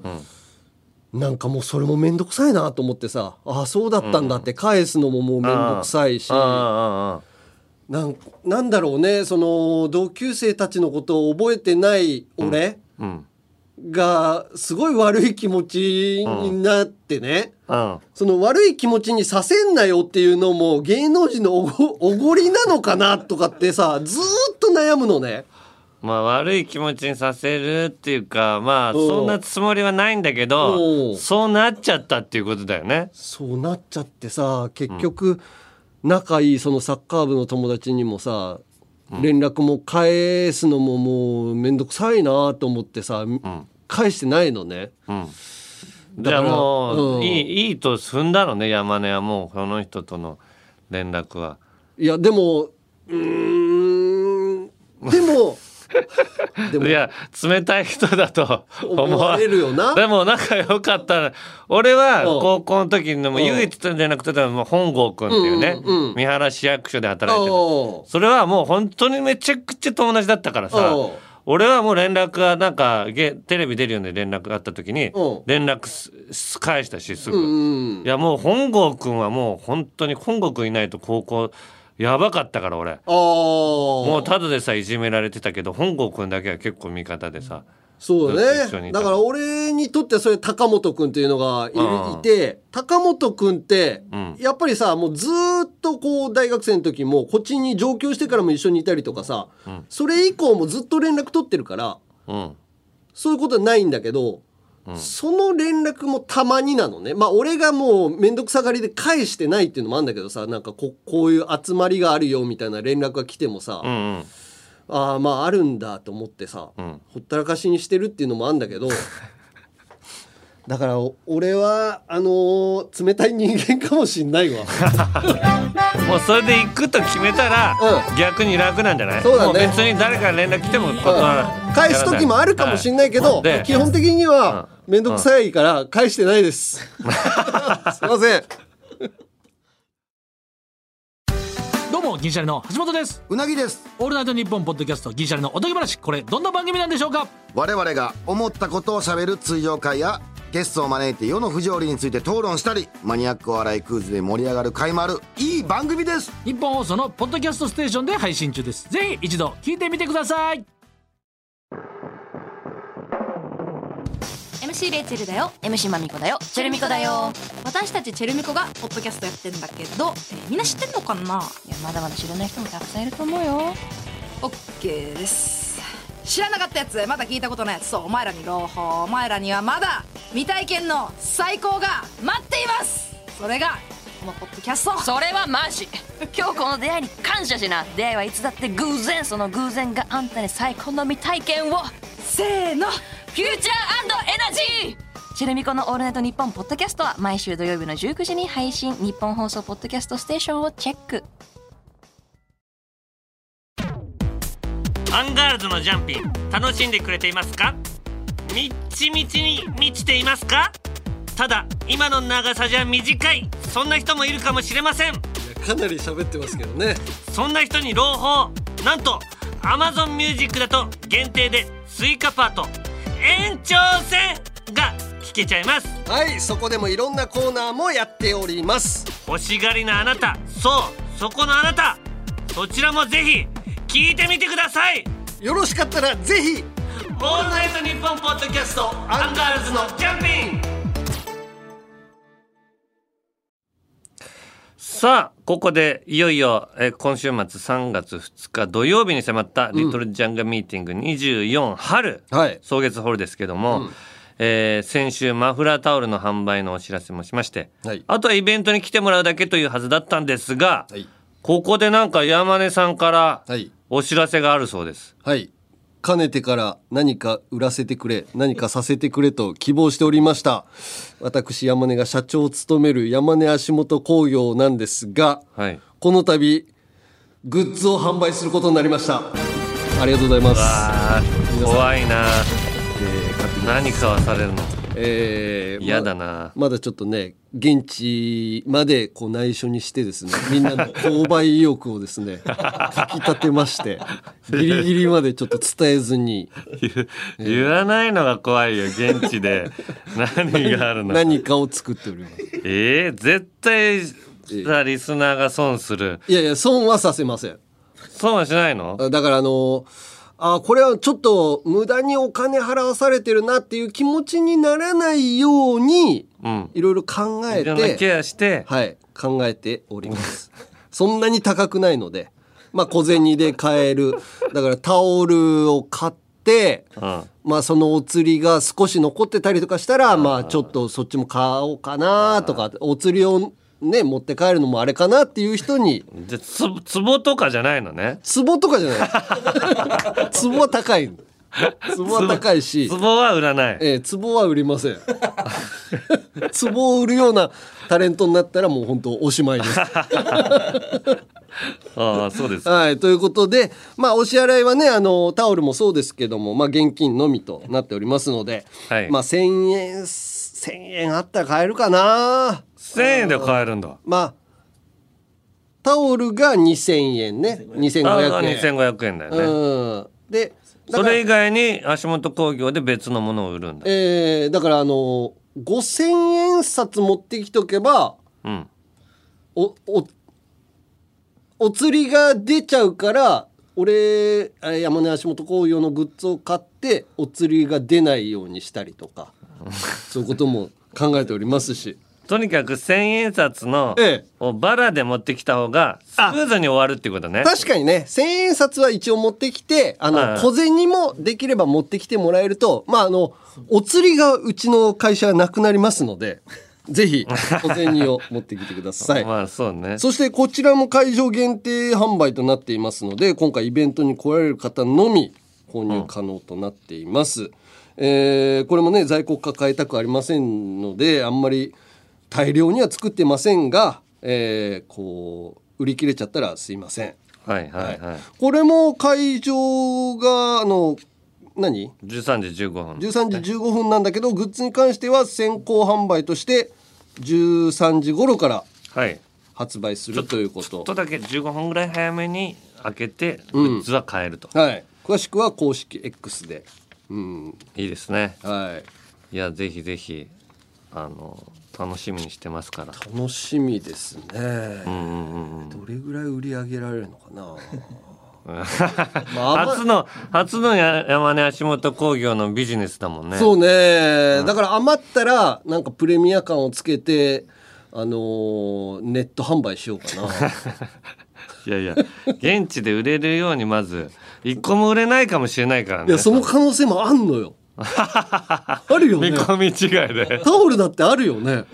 なんかもうそれも面倒くさいなと思ってさああそうだったんだって返すのももう面倒くさいし、あああなんなんだろうねその同級生たちのことを覚えてない俺あうんがすごい悪い気持ちになってね、うんその悪い気持ちにさせんなよっていうのも芸能人のおごおごりなのかなとかってさずーっと悩むのね。まあ悪い気持ちにさせるっていうかまあうんそんなつもりはないんだけどうんそうなっちゃったっていうことだよね。そうなっちゃってさ結局仲いいそのサッカー部の友達にもさ連絡も返すのももう面倒くさいなと思ってさ、返してないのね。じゃあもう、うんいいいいと踏んだのね山根はもうこの人との連絡は。いやでもうーんで もでもいや冷たい人だと思われるよなでも仲良かったら俺はうん高校の時にもん唯一じゃなくてもう本郷君っていうね、うんうん三原市役所で働いてるおそれはもう本当にめちゃくちゃ友達だったからさうん俺はもう連絡がなんかゲテレビ出るような連絡があった時にうん連絡すす返したしすぐ、ううんいやもう本郷君はもう本当に本郷君いないと高校やばかったから俺ああももうただでさいじめられてたけど本郷君だけは結構味方でさそうずっと一緒だにねいただから俺にとってはそれ高本君っていうのがいるうんいて高本君ってんやっぱりさもうずーっとこう大学生の時もこっちに上京してからも一緒にいたりとかさ、それ以降もずっと連絡取ってるからうんそういうことはないんだけど、その連絡もたまになのねまあ俺がもう面倒くさがりで返してないっていうのもあるんだけどさなんかここういう集まりがあるよみたいな連絡が来てもさ、うんうんああまああるんだと思ってさ、んほったらかしにしてるっていうのもあんだけど だからお俺はあのー冷たい人間かもしんないわもうそれで行くと決めたら、う逆に楽なんじゃないそうだもねう別に誰から連絡来ても断らない、 返す時もあるかもしんないけ ど、はいで基本的には面倒くさいから返してないです すいませんどうも銀シャリの橋本ですうなぎですオールナイトニッポンポッドキャスト銀シャリのおとぎ話これどんな番組なんでしょうか我々が思ったことをしゃべる通常会やゲストを招いて世の不条理について討論したりマニアックお笑いクイズで盛り上がる会もあるいい番組です日本放送のポッドキャストステーションで配信中ですぜひ一度聞いてみてください MC レイチェルだよ MC まみこだよチェルミコだよ私たちチェルミコがポッドキャストやってんだけど、えーみんな知ってんのかないやまだまだ知らない人もたくさんいると思うよオッケーです知らなかったやつまだ聞いたことないやつそうお前らに朗報お前らにはまだ未体験の最高が待っていますそれがこのポッドキャストそれはマジ今日この出会いに感謝しな出会いはいつだって偶然その偶然があんたに最高の未体験をせーのフューチャーエナジーチェルミコの「オールナイトニッポン」ポッドキャストは毎週土曜日の19時に配信日本放送ポッドキャストステーションをチェックアンガールズのジャンピン楽しんでくれていますかみっちみちに満ちていますかただ今の長さじゃ短いそんな人もいるかもしれませんかなり喋ってますけどねそんな人に朗報なんと Amazon Music だと限定でスイカパート延長戦が聞けちゃいますはいそこでもいろんなコーナーもやっております欲しがりなあなたそうそこのあなたそちらもぜひ聞いてみてくださいよろしかったらぜひオールナイトニッポンポッドキャストアンガールズのジャンピンさあここでいよいよ、えー今週末3月2日土曜日に迫った「リトルジャンガミーティング24春」はい草月ホールですけども、えー先週マフラータオルの販売のお知らせもしまして、はいあとはイベントに来てもらうだけというはずだったんですが、はいここでなんか山根さんからはいお知らせがあるそうです。はいかねてから何か売らせてくれ何かさせてくれと希望しておりました私山根が社長を務める山根足元工業なんですが、はいこの度グッズを販売することになりましたありがとうございますあー怖いな何かはされるのええー、嫌だなまだちょっとね現地までこう内緒にしてですねみんなの購買意欲をですねかき立て ましてギリギリまでちょっと伝えずに言わないのが怖いよ現地 で何があるの何かを作っておりますえー、絶対さリスナーが損するいやいや損はさせません損はしないのだからあのあこれはちょっと無駄にお金払わされてるなっていう気持ちにならないようにいろいろ考えいろんなケて、アしてはい、考えておりますそんなに高くないので、まあ、小銭で買えるだからタオルを買って、まあ、そのお釣りが少し残ってたりとかしたらまあちょっとそっちも買おうかなとかお釣りをね持って帰るのもあれかなっていう人にじゃつツボとかじゃないのねツボとかじゃない ツボは高いツボは高いしツボは売らないええ、ツボは売りませんツボを売るようなタレントになったらもう本当おしまいですああそうですはいということでまあお支払いはねあのタオルもそうですけどもまあ現金のみとなっておりますので、はいまあ1,000円1,000円あったら買えるかな1000円で買えるんだまあタオルが2,000円ね2500円2500円だよね、うんでだそかられ以外に足元工業で別のものを売るんだえーだからあの5,000円札持ってきとけばうんおおお釣りが出ちゃうから俺あ山根足元工業のグッズを買ってお釣りが出ないようにしたりとかそういうことも考えておりますしとにかく千円札のえをバラで持ってきた方がスムーズに終わるっていうことね確かにね1,000円札は一応持ってきてあはいの小銭もできれば持ってきてもらえるとまああのお釣りがうちの会社はなくなりますのでぜひ小銭を持ってきてくだ さい。まあそうねそしてこちらも会場限定販売となっていますので今回イベントに来られる方のみ購入可能となっています、えーこれもね在庫抱えたくありませんのであんまり大量には作ってませんが、えーこう売り切れちゃったらすいませんはいはいはい、これも会場があの何13時15分13時15分なんだけどグッズに関しては先行販売として13時頃からはい発売するということちょっとだけ15分ぐらい早めに開けてグッズは買えると、はい、詳しくは公式 X で、うん、いいですねはいいやぜひぜひあの楽しみにしてますから楽しみですね、うんうんうんうんどれぐらい売り上げられるのかなあんま初の初のや山根足元工業のビジネスだもんね そうねね、だから余ったらなんかプレミア感をつけてあのーネット販売しようか ないやいや現地で売れるようにまず一個も売れないかもしれないからねいやその可能性もあんの よあるよね見込み違いでタオルだってあるよね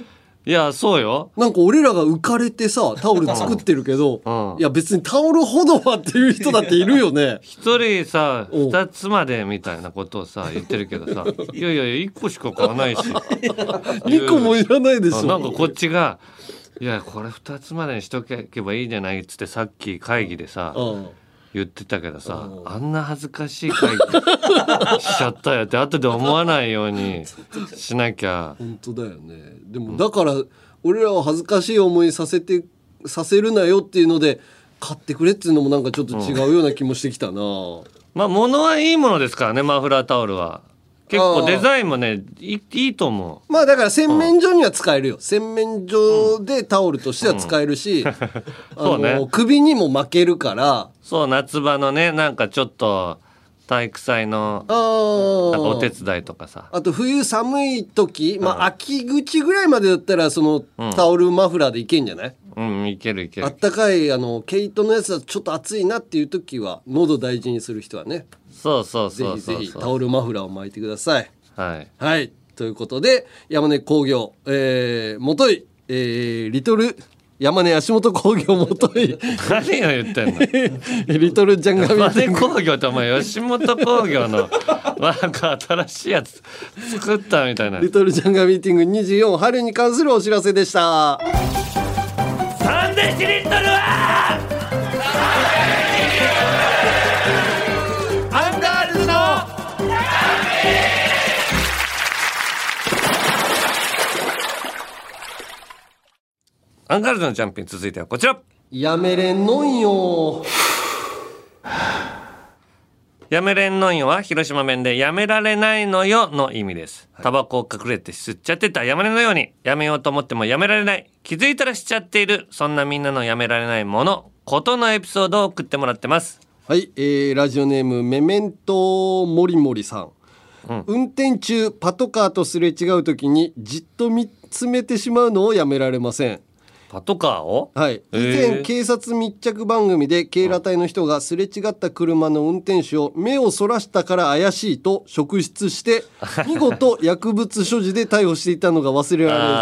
いやそうよなんか俺らが浮かれてさタオル作ってるけ ど、いや別にタオルほどはっていう人だっているよね一人さ二つまでみたいなことをさ言ってるけどさいやいや一個しか買わない し2個もいらないでしょなんかこっちが「いやこれ二つまでにしとけばいいじゃない」っつってさっき会議でさ、言ってたけどさ、あんな恥ずかしい会議しちゃったよって後で思わないよう にしなきゃ本当だよねでもだから俺らを恥ずかしい思いさせてさせるなよっていうので買ってくれっていうのもなんかちょっと違うような気もしてきたな、まあ物はいいものですからねマフラータオルは結構デザインもねいいいいと思まあだから洗面所には使えるよ洗面所でタオルとしては使えるし、そうねあの首にも負けるからうそう夏場のねなんかちょっと体育祭のあーなんかお手伝いとかさあと冬寒い時、まあ秋口ぐらいまでだったらそのタオルマフラーでいけんじゃない、うんいけるいけあるったかいあの毛糸のやつはちょっと暑いなっていう時は喉大事にする人はねそうそうぜそうひそぜうひそタうオルマフラーを巻いてください。はいはい。ということで、山根工業、えー、もとい、えー、リトル、山根足元工業もと い、何を言ってんのリトルジャンガミ山根工業ってお前吉本工業の なんか新しいやつ作ったみたいなリトルジャンガミーティング24春に関するお知らせでした。 1リットルはアンガールズのアンガールズのジャンピン続いてはこちらやめれんのんよやめれんのんよは広島弁でやめられないのよの意味です。タバコを隠れて吸っちゃってたやめれのようにやめようと思ってもやめられない気づいたらしちゃっているそんなみんなのやめられないものことのエピソードを送ってもらってます。はい、えーラジオネームメメントモリモリさん、運転中パトカーとすれ違う時にじっと見つめてしまうのをやめられませんパトカーをはい以前警察密着番組で警ら隊の人がすれ違った車の運転手を目をそらしたから怪しいと職質 して見事薬物所持で逮捕していたのが忘れられずあーあ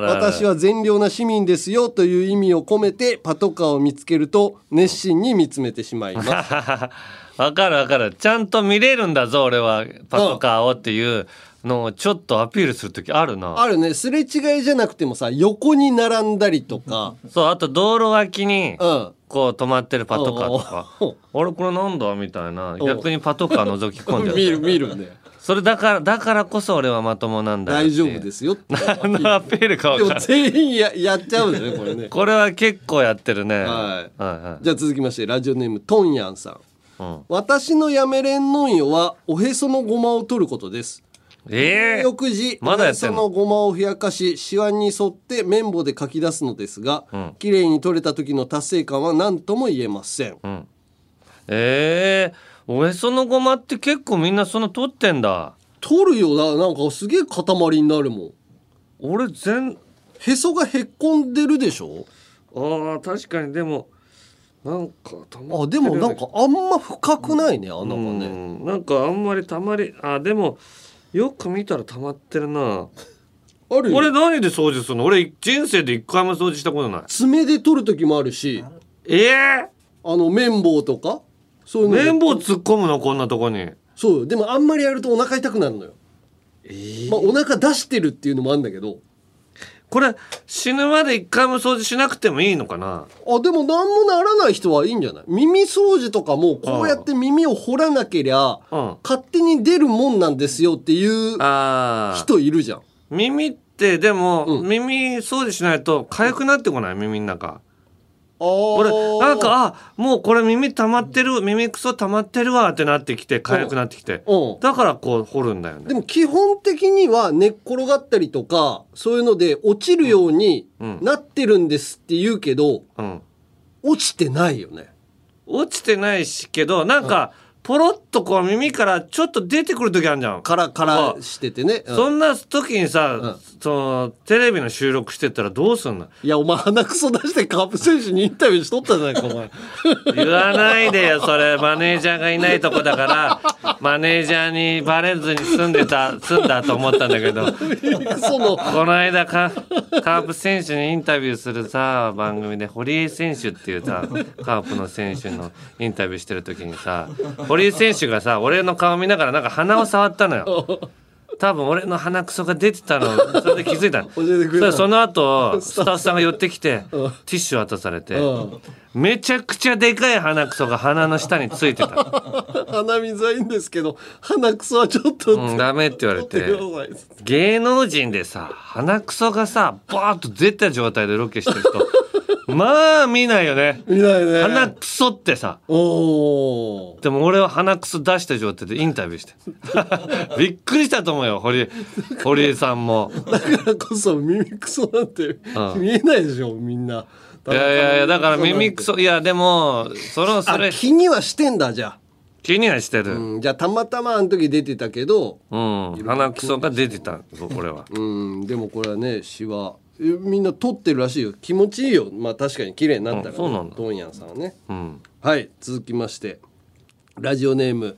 らあら私は善良な市民ですよという意味を込めてパトカーを見つけると熱心に見つめてしまいますわかるわかるちゃんと見れるんだぞ俺はパトカーをっていうのをちょっとアピールする時あるな。あるねすれ違いじゃなくてもさ横に並んだりとかそうあと道路脇にこう止まってるパトカーとかあれこれなんだみたいなうん逆にパトカー覗き込んじゃう 見る見るねそれだからだからこそ俺はまともなんだ大丈夫すですよって 何のアピールかで分かんなもい全員ややっちゃうんだねこれね これは結構やってるねはいじゃあ続きましてラジオネームトンヤンさんうん私のやめれんのんよはおへそのごまを取ることですええ翌時まだやってそんののごまをふやかしシワに沿って綿棒でかき出すのですが、うん綺麗に取れた時の達成感は何とも言えませんうんええおへそのごまって結構みんなその取ってんだ取るよななんかすげえ塊になるもん俺全へそがへっこんでるでしょあー確かにでもなんかたまあでもなんかあんま深くないね穴がねうんなんかあんまりたまりあでもよく見たら溜まってるなあるよ俺何で掃除するの俺人生で一回も掃除したことない爪で取る時もあるしええあの綿棒とかそういうの綿棒突っ込むのこんなとこにそうよでもあんまりやるとお腹痛くなるのよ、まあ、お腹出してるっていうのもあるんだけどこれ死ぬまで一回も掃除しなくてもいいのかなあでも何もならない人はいいんじゃない耳掃除とかもこうやって耳を掘らなけりゃうん勝手に出るもんなんですよっていうあ人いるじゃん耳ってでも、耳掃除しないと痒くなってこない耳の中俺なんかあもうこれ耳溜まってる耳くそ溜まってるわってなってきて痒くなってきてだからこう掘るんだよねでも基本的には寝っ転がったりとかそういうので落ちるようになってるんですって言うけど、落ちてないよね落ちてないしけどなんかポロッとこう耳からちょっと出てくる時あるじゃんカラカラしててね、そんな時にさ、そのテレビの収録してたらどうすんのいやお前鼻くそ出してカープ選手にインタビューしとったじゃないかお 前言わないで よそれマネージャーがいないとこだからマネージャーにバレずに住んでた住んだと思ったんだけどこそのの間カカープ選手にインタビューするさ番組で堀江選手っていうさカープの選手のインタビューしてる時にさ堀江選手がさ俺の顔見ながらなんか鼻を触ったのよ。多分俺の鼻くそが出てたのそれで気づいた のれたそその後スタッフさんが寄ってきてティッシュ渡されてうんめちゃくちゃでかい鼻くそが鼻の下についてた、鼻水はいいんですけど鼻くそはちょっと、うん、ダメって言われ取っててください芸能人でさ鼻くそがさバーッと出た状態でロケしてる人 まあ見ないよね見ないね鼻くそってさおでも俺は鼻くそ出した状態でインタビューして びっくりしたと思うよ堀江堀江さん も。だからこそ耳くそなんてうん見えないでしょみんないやいやいやだから耳くそいやでもそのそあれ気にはしてんだじゃあ気にはしてる、うんじゃあたまたまあの時出てたけどうん、鼻くそが出てた俺はうんでもこれはねシワえみんな取ってるらしいよ気持ちいいよまあ確かに綺麗になったから、ね、そうなんだトンヤンさんはねうんはい続きましてラジオネーム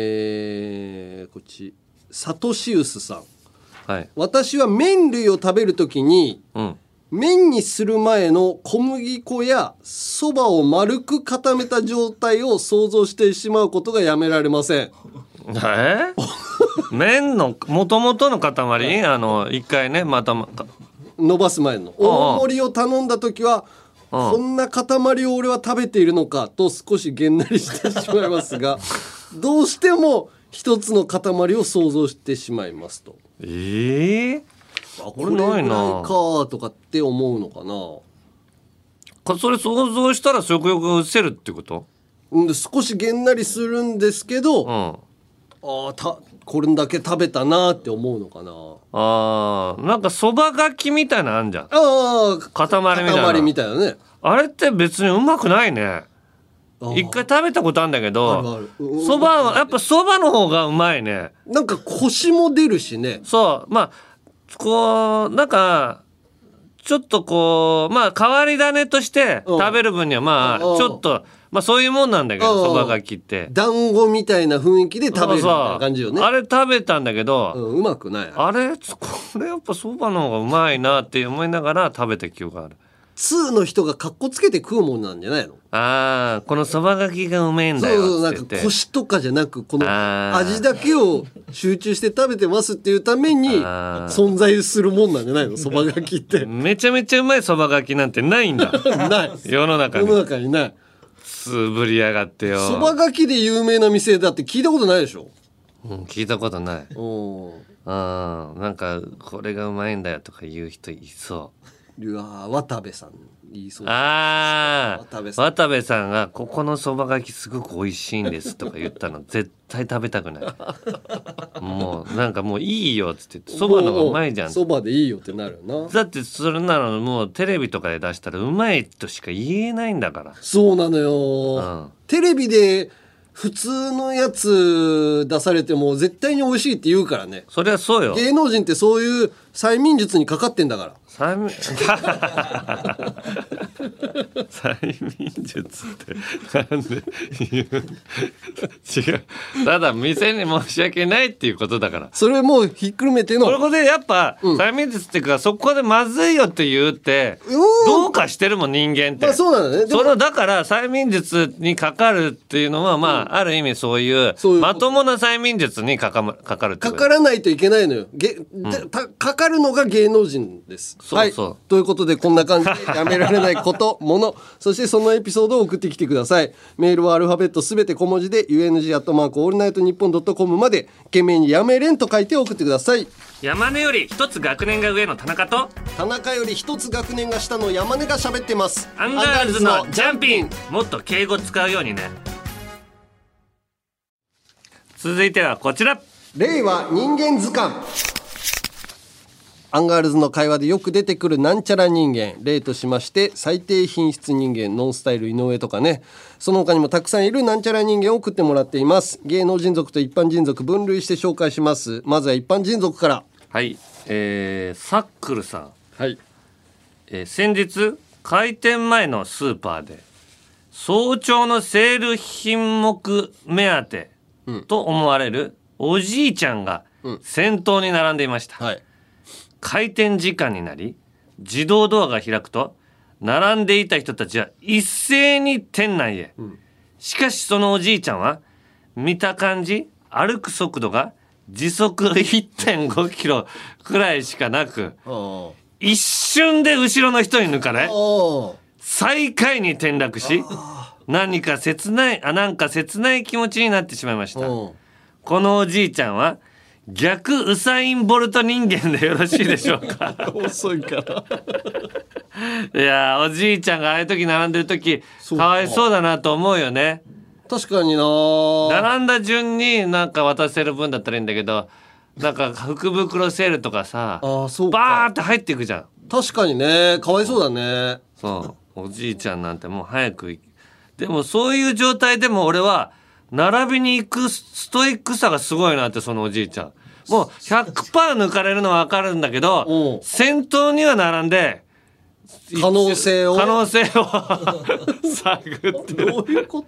えーこっちサトシウスさんはい私は麺類を食べるときにうん麺にする前の小麦粉やそばを丸く固めた状態を想像してしまうことがやめられませんえ麺のもともとの塊あの一回ねまたま伸ばす前の大盛りを頼んだ時はうんこんな塊を俺は食べているのかと少しげんなりしてしまいます がどうしても一つの塊を想像してしまいますとええこれぐらいかとかって思うのかなそれ想像したら食欲が失せるってことうん少しげんなりするんですけど、ああたこれだけ食べたなって思うのかなあーなんかそばがきみたいなのあんじゃんああ塊みたいな塊みたいなねあれって別にうまくないね一回食べたことあるんだけどそばはやっぱそばの方がうまいねなんかコシも出るしねそうまあこうなんかちょっとこうまあ変わり種として食べる分にはまあちょっとまあそういうもんなんだけどうそんばがきって団子みたいな雰囲気で食べるみたいそうそなう感じよねあれ食べたんだけど、うまくないあれこれやっぱそばの方がうまいなって思いながら食べた記憶がある通の人がかっこつけて食うもんなんじゃないのあーこのそばがきがうめえんだよそうそうっなてん言っかて腰とかじゃなくこのあー味だけを集中して食べてますっていうために存在するもんなんじゃないのそばがきってめちゃめちゃうまいそばがきなんてないん だない世の中世にの中にないつぶりやがってよそばがきで有名な店だって聞いたことないでしょうん、聞いたことないうんなんかこれがうまいんだよとか言う人いそうわー渡部さん言いそうだああ渡部さん渡部さんが「ここのそばがきすごく美味しいんです」とか言ったの絶対食べたくないもうなんかもういいよっつってそばの方がうまいじゃんそばでいいよってなるよなだってそれなのもうテレビとかで出したらうまいとしか言えないんだからそうなのよ、テレビで普通のやつ出されても絶対に美味しいって言うからねそりゃそうよ芸能人ってそういう催眠術にかかってんだから催眠 催眠術ってなんで言う違うただ店に申し訳ないっていうことだからそれもうひっくるめてのここでやっぱ、催眠術っていうかそこでまずいよって言うってどうかしてるもん人間って、まあそうなのねでもそのだから催眠術にかかるっていうのはまあ、ある意味そういうまともな催眠術にかかまかかるってこかとからないといけないのよげ、でたかかるのが芸能人ですそうそうはい、ということでこんな感じでやめられないこと ものそしてそのエピソードを送ってきてくださいメールはアルファベットすべて小文字で UNG アットマークオールナイトニッポンドットコムまで懸命に「やめれん」と書いて送ってください山根より一つ学年が上の田中と田中より一つ学年が下の山根が喋ってますアンガールズのジャンピンもっと敬語使うようにね続いてはこちら令和人間図鑑アンガールズの会話でよく出てくるなんちゃら人間例としまして最低品質人間ノンスタイル井上とかねその他にもたくさんいるなんちゃら人間を送ってもらっています芸能人族と一般人族分類して紹介しますまずは一般人族からはいえー、サックルさんはい、えー先日開店前のスーパーで早朝のセール品目目当てと思われるおじいちゃんが先頭に並んでいました、開店時間になり自動ドアが開くと並んでいた人たちは一斉に店内へ、しかしそのおじいちゃんは見た感じ歩く速度が時速1.5キロくらいしかなく一瞬で後ろの人に抜かれ最下位に転落し何か切ないあなんか切ない気持ちになってしまいましたこのおじいちゃんは逆ウサイン・ボルト人間でよろしいでしょうか 遅いからいやーおじいちゃんがああいう時並んでる時かわいそうだなと思うよね確かにな並んだ順になんか渡せる分だったらいいんだけどなんか福袋セールとかさバーって入っていくじゃん確かにねかわいそうだねそうおじいちゃんなんてもう早く行でもそういう状態でも俺は並びに行くストイックさがすごいなってそのおじいちゃんもう100%抜かれるのは分かるんだけ ど先頭には並んで可能性を可能 性を探ってるどういうこと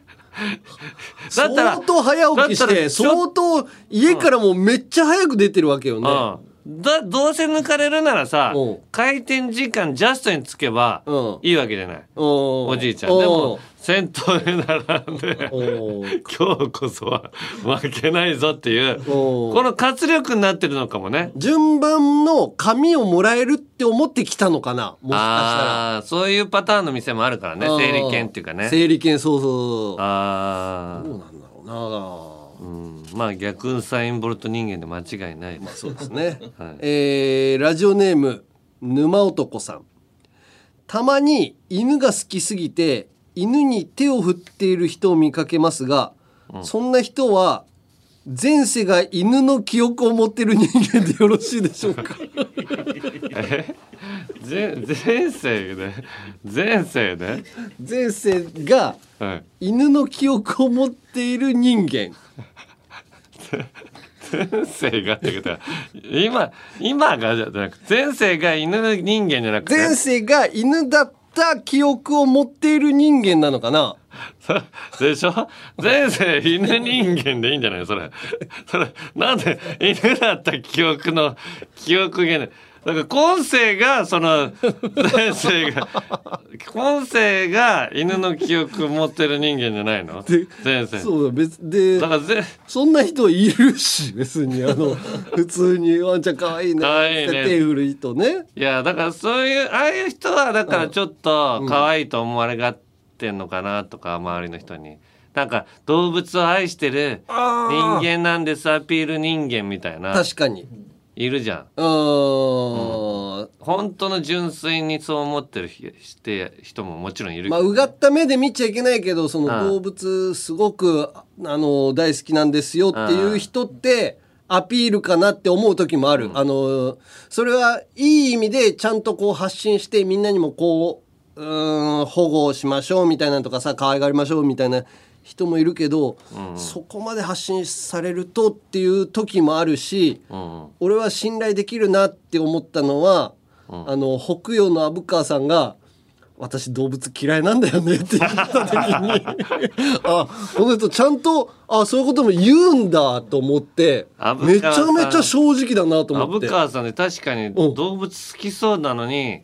だったら相当早起きしだったてら相当家からもうめっちゃ早く出てるわけよね、うん、だどうせ抜かれるならさ回転時間ジャストにつけばいいわけじゃないおじいちゃんでうんも先頭に並んで 今日こそは負けないぞっていうこの活力になってるのかもね順番の紙をもらえるって思ってきたのかなもしかあーそういうパターンの店もあるからねうん整理券っていうかね整理券そうそうああそうなんだろうな、うん、まあ逆ウサインボルト人間で間違いないです、そうですねはい、えーラジオネーム沼男さんたまに犬が好きすぎて犬に手を振っている人を見かけますが、そんな人は前世が犬の記憶を持ってる人間でよろしいでしょ うかえ ぜ前世で前世で前世がはい犬の記憶を持っている人間前世がってことは今今がじゃなくて前世が犬人間じゃなくて前世が犬だった記憶を持っている人間なのかな でしょ前世犬人間でいいんじゃないそれ。 それ、なんで犬だった記憶の、記憶源。だから今世が、その、前世が、今世が犬の記憶持ってる人間じゃないの前世。そうだ別でそんな人いるし 別に あの普通にワンちゃん可愛いね可愛いねって手振る人ねいや、だからそういう、ああいう人は、だからちょっと可愛いと思われがってんのかなとか、周りの人に。なんか動物を愛してる人あー間なんですアピール人間みたいな確かにいるじゃんあー本当の純粋にそう思ってるひして人ももちろんいるけどまあうがった目で見ちゃいけないけどそああの動物すごくあの大好きなんですよっていう人ってアピールかなって思う時もある、あのそれはいい意味でちゃんとこう発信してみんなにもこううーん保護しましょうみたいなのとかさ可愛がりましょうみたいな人もいるけど、うんそこまで発信されるとっていう時もあるし、俺は信頼できるなって思ったのは、あの北洋の虻川さんが「私動物嫌いなんだよね」って言った時にあこの人ちゃんとあそういうことも言うんだと思って虻川さんめちゃめちゃ正直だなと思って虻川さんね確かに動物好きそうなのに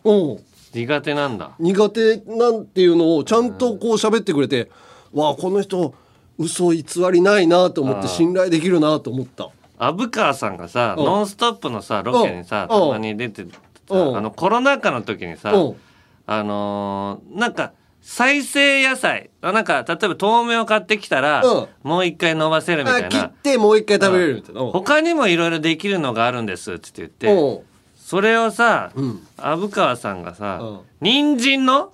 苦手なんだ苦手なんていうのをちゃんとこう喋ってくれて、わあこの人嘘偽りないなと思っあーて信頼できるなと思った。虻川さんがさ「うんノンストップ!」のさロケにさうんたまに出てたあのコロナ禍の時にさうんあのーなんか再生野菜あなんか例えば豆苗買ってきたらうんもう一回伸ばせるみたいあ切なってもう一回食べれるみたいな。うん他にもいろいろできるのがあるんですって言ってうんそれをさ虻川さんがさ人参の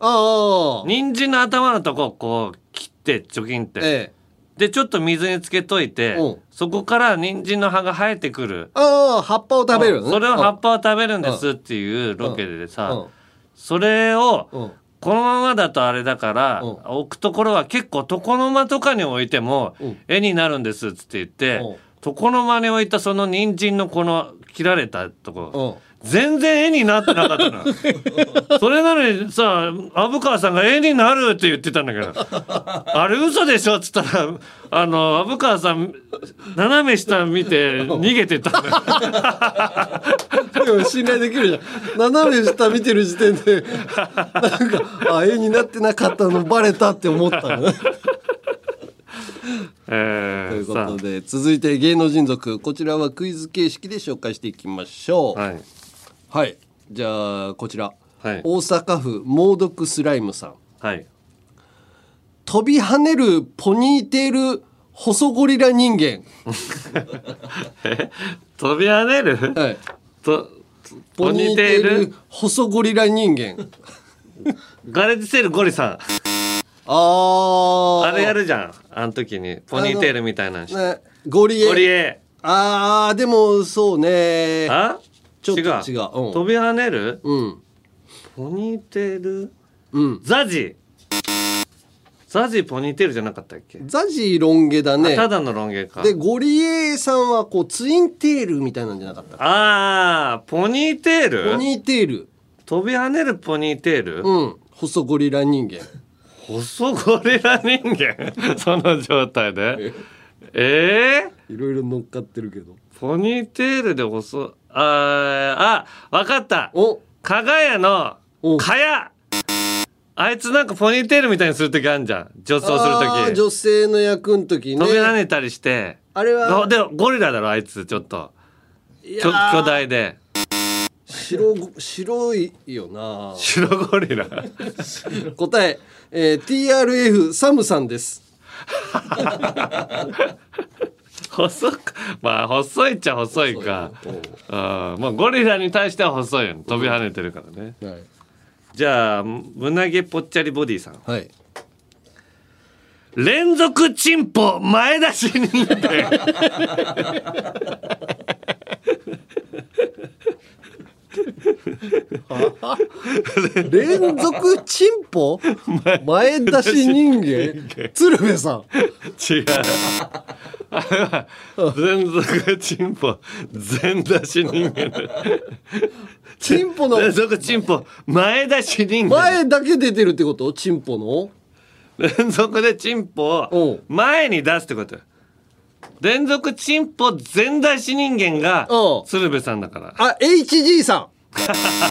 人参の頭のとこをこう切ってチョキンってでちょっと水につけといてそこから人参の葉が生えてくるああ葉っぱを食べるのねそれを葉っぱを食べるんですっていうロケでさそれをこのままだとあれだから置くところは結構床の間とかに置いても絵になるんですっつって言って床の間に置いたその人参のこの切られたとこ全然絵になってなかったの それなのにさ虻川さんが絵になるって言ってたんだけどあれ嘘でしょっつったらあの虻川さん斜め下見て逃げてったのよ でも信頼できるじゃん斜め下見てる時点でなんかあ絵になってなかったのバレたって思ったのねえ、ということで続いて芸能人族こちらはクイズ形式で紹介していきましょうはいじゃあこちら、はい大阪府猛毒スライムさんはい飛び跳ねるポニーテール細ゴリラ人間飛び跳ねる、はい、とポポニニーーテテーールル細ゴリラ人間ガレージセールゴリさんああれやるじゃんあの時にポニーテールみたいなのしてね、ゴリエゴリエあーでもそうねあちょっと違う違う、ん飛び跳ねる、うん、ポニーテール、ザジザジポニーテールじゃなかったっけ、ザジーロン毛だねあただのロン毛かでゴリエさんはこうツインテールみたいなんじゃなかったあーポニーテールポニーテール飛び跳ねるポニーテール、うん細ゴリラ人間細ゴリラ人間 その状態でええいろいろ乗っかってるけどポニーテールで細あーあわかったお加賀屋の加谷あいつなんかポニーテールみたいにする時あんじゃん女装するあー時女性の役の時ね飛び跳ねたりしてあれはごでゴリラだろあいつちょっといきやょー巨大で白ご白いよな白ゴリラ 答ええー TRF サムさんです細くまあ細いっちゃ細いかあーまあゴリラに対しては細いよね飛び跳ねてるからね、じゃあ胸毛ぽっちゃりボディさんはい連続チンポ前出しに見 て連続チンポ前出し人間鶴瓶さん違うあれは全続チンポ全出し人間だチンポの連続チンポ前出し人間前だけ出てるってことチンポの連続でチンポを前に出すってことよ連続チンポ全出し人間が鶴瓶さんだから あ HG さんあ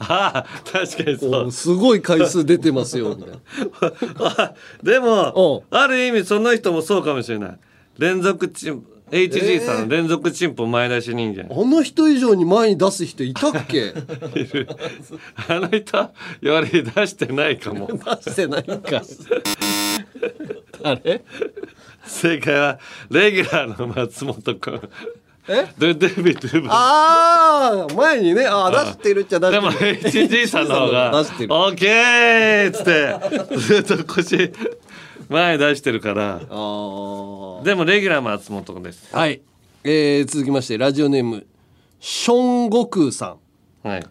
あ確かにそうすごい回数出てますよみたいな でもある意味その人もそうかもしれない連続チンポ HG さん、連続チンポ前出し人間 あの人以上に前に出す人いたっ けいるあの人より出してないかも出してないか あれ正解はレギュラーの松本君えドゥドゥビドゥブああ前にねああ出してるっちゃ出しでてるも HG さんの方が 「オ出してるッケー!」っつってずっと腰前出してるからでもレギュラー松本君ですはい、えー続きましてラジオネームション悟空さんはい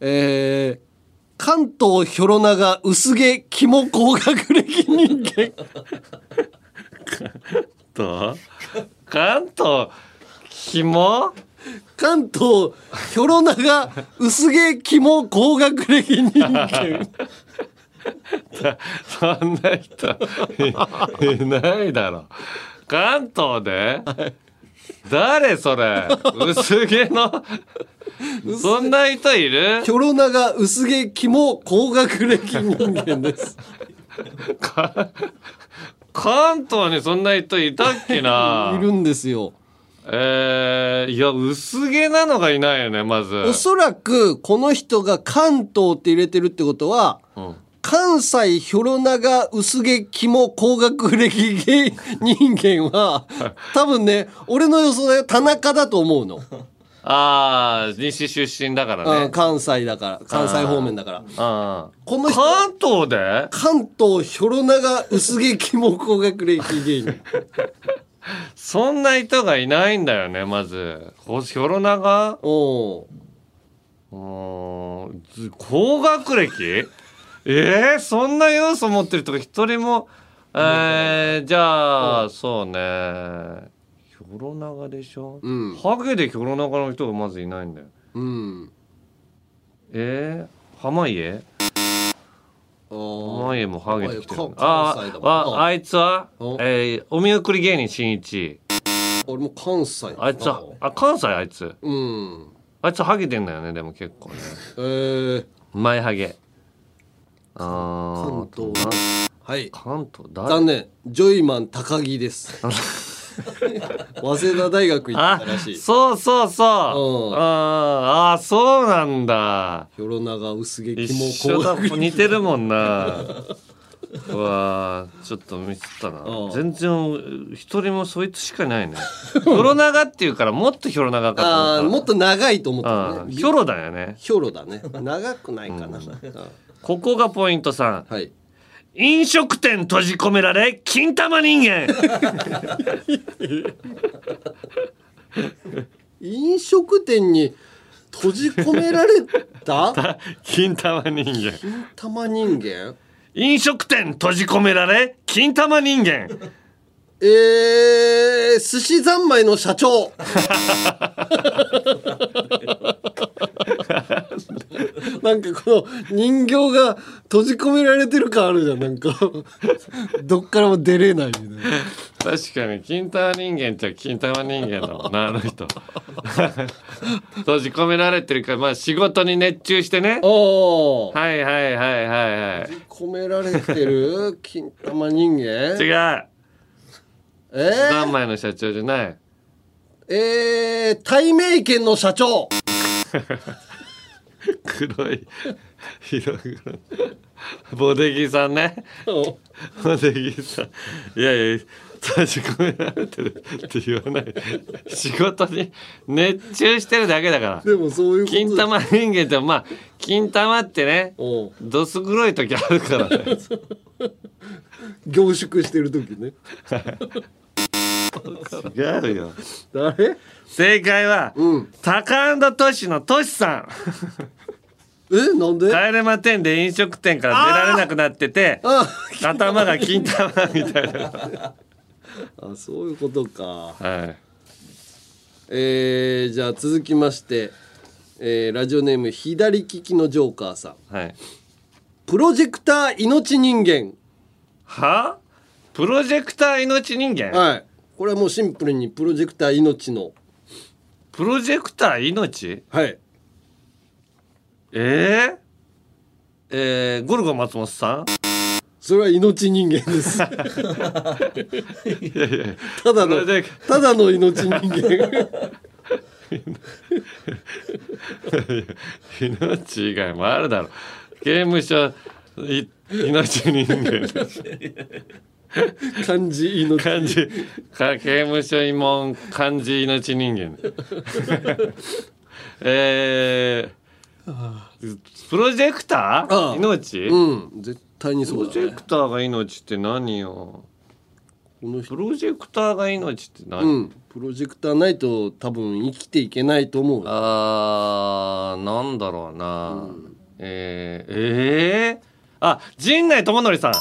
えー関東ひょろ長薄毛肝高学歴人 間と関東肝関東ひょろ長薄毛肝高学歴人間 そんな人いいないだろ関東で、誰それ薄毛のそんな人いるひょろ長薄毛肝高学歴人間です関東にそんな人いたっけないるんですよえー、いや薄毛なのがいないよねまずおそらくこの人が関東って入れてるってことは、関西ひょろ長薄毛肝高学歴芸人間は多分ね俺の予想で田中だと思うの、ああ西出身だからうんね関西だから関西方面だからあーこの人関東で関東ひょろ長薄毛肝高学歴芸 人そんな人がいないんだよねまずこひょろ長おうーんず高学歴えー、そんな要素持ってるとか一人もえー、じゃあそうねひょろ長でしょ、うんハゲでひょろ長の人がまずいないんだようんえー、濱家お濱家もハゲてきてる濱家か関西あだもんあうんあいつはうんえー、お見送り芸人しんいち俺も関西あいつはあ関西あいつうんあいつハゲてんだよねでも結構ねえー、前ハゲあー関東あとはいな関東誰残念ジョイマン高木です 早稲田大学行っあてたらしいひそうそうそう、うんあーあーそうなんだょろ長薄毛一肝緒高だ学似てるもん なうわーちょっとミスったなうん全然一人もそいつしかいないね ヒョロ長っていうからもっとヒョロ長かと思あったあもっと長いと思ったうのんねヒョロだよねひょろだね長くないかな、うんここがポイントさんはい飲食店閉じ込められ金玉人間飲食店に閉じ込められ た 金玉人間玉人間飲食店閉じ込められ金玉人間えー、寿司三昧の 社長なんかこの人形が閉じ込められてる感あるじゃんなんかどっからも出れないみたいな確かに金玉人間っちゃ金玉人間だもんなあの人 閉じ込められてるからまあ仕事に熱中してねおーはいはいはいはいはい込められてる金玉人間違うえ何ー、枚の社長じゃないえー、対名権の社長黒い 広いボデギさんねおボデギさんいやいや閉じ込められてるって言わない仕事に熱中してるだけだからでもそういうこと金玉人間ってまあ金玉ってねどす黒い時あるからね凝縮してる時ね違うよ正解は、タカアンドトシのトシさんえなんで帰れま10で飲食店から出られなくなってて頭が金玉みたいなあそういうことかはいえーじゃあ続きまして、えーラジオネーム左利きのジョーカーさん、プロジェクター命人間はプロジェクター命人間はいこれはもうシンプルにプロジェクター命のプロジェクター命はいえー、えー、ゴルゴ松本さんそれは命人間ですいやいやただのただの命人間命以外もあるだろ刑務所い命人間漢字命漢字か刑務所慰問漢字命人間 えー、プロジェクター命うん絶対にそうだ、ね、プロジェクターが命って何よプロジェクターが命って何、うん、プロジェクターないと多分生きていけないと思うあーなんだろうな、えー、えー、あ陣内智則さんおー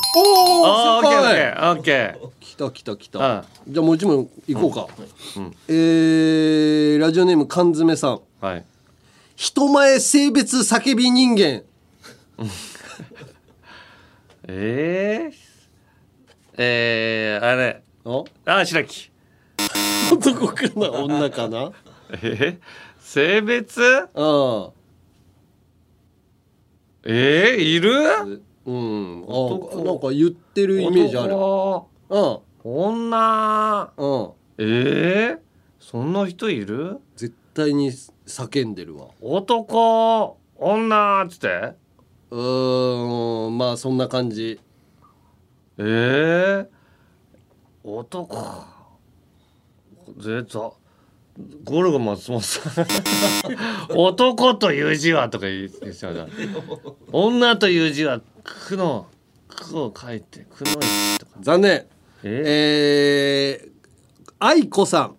あ先オッケ輩ーオッケーオッケ来た来た来たじゃあもう一問行こうか、えー、ラジオネーム缶詰さんーはい人前性別叫び人間えー、えー、あれあ白木男かな女か なえー、性別あえー、いるうんあなんか言ってるイメージあるうん女うんえー、そんな人いる絶対に叫んでるわ男女っつってうーんまあそんな感じえー、男かぜざゴルゴ松本さん男という字はとか言ってました女という字は苦の苦を書いて苦の一とか残念ええー愛子さん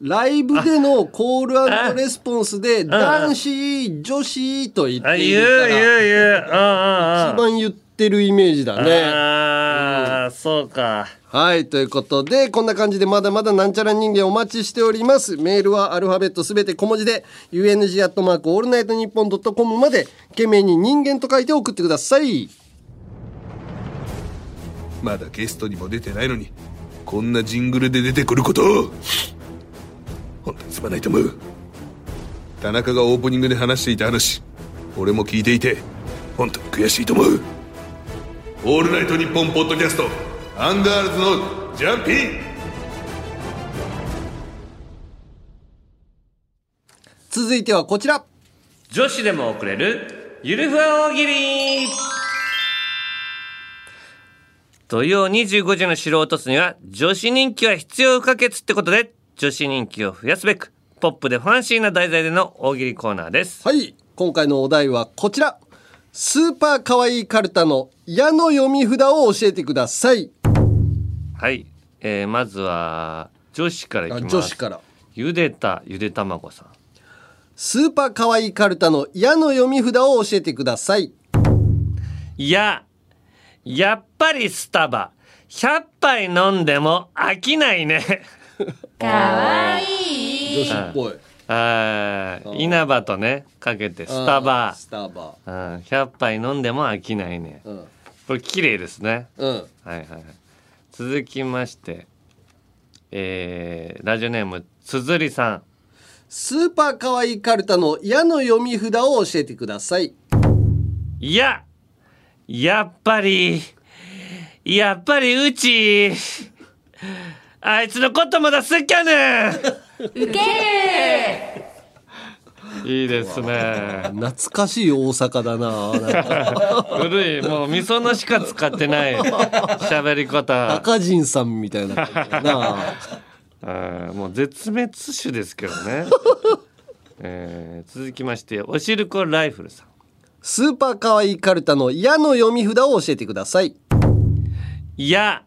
ライブでのコールアンドレスポンスで男子女子と言っていたあら言う言う言ううんうんうん一番言ってるイメージだねああそうかはいということでこんな感じでまだまだなんちゃら人間お待ちしておりますメールはアルファベットすべて小文字で UNG アットマークオールナイトニッポンドットコムまで懸命に人間と書いて送ってくださいまだゲストにも出てないのにこんなジングルで出てくることを本当にすまないと思う田中がオープニングで話していた話俺も聞いていて本当に悔しいと思う「オールナイトニッポン」ポッドキャストアンガールズのジャンピン続いてはこちら女子でも送れるゆるふわ大喜利土曜25時の素人には女子人気は必要不可欠ってことで女子人気を増やすべくポップでファンシーな題材での大喜利コーナーですはい今回のお題はこちらスーパーかわいいカルタの「矢」の読み札を教えてくださいはい、えー、まずは女子からいきますあ女子からゆでたゆで卵さんスーパーかわいいカルタの「矢」の読み札を教えてくださいいややっぱりスタバ100杯飲んでも飽きないねかわ女い子っぽいああ稲葉とねかけてスタあーバスタバうん、100杯飲んでも飽きないね、んこれ綺麗ですね、うんはいはいはい続きましてえー、ラジオネームつづりさんスーパーかわいいカルタの「矢」の読み札を教えてくださいいややっぱりやっぱりうちあいつのことまだ好きやねんウケるいいですね。懐かしい大阪だな なんか古い、もう味噌のしか使ってない喋り方。赤人さんみたいな感じだなあーもう絶滅種ですけど ね、えー続きましておしるこライフルさんスーパーかわいいカルタの「矢」の読み札を教えてくださいいや、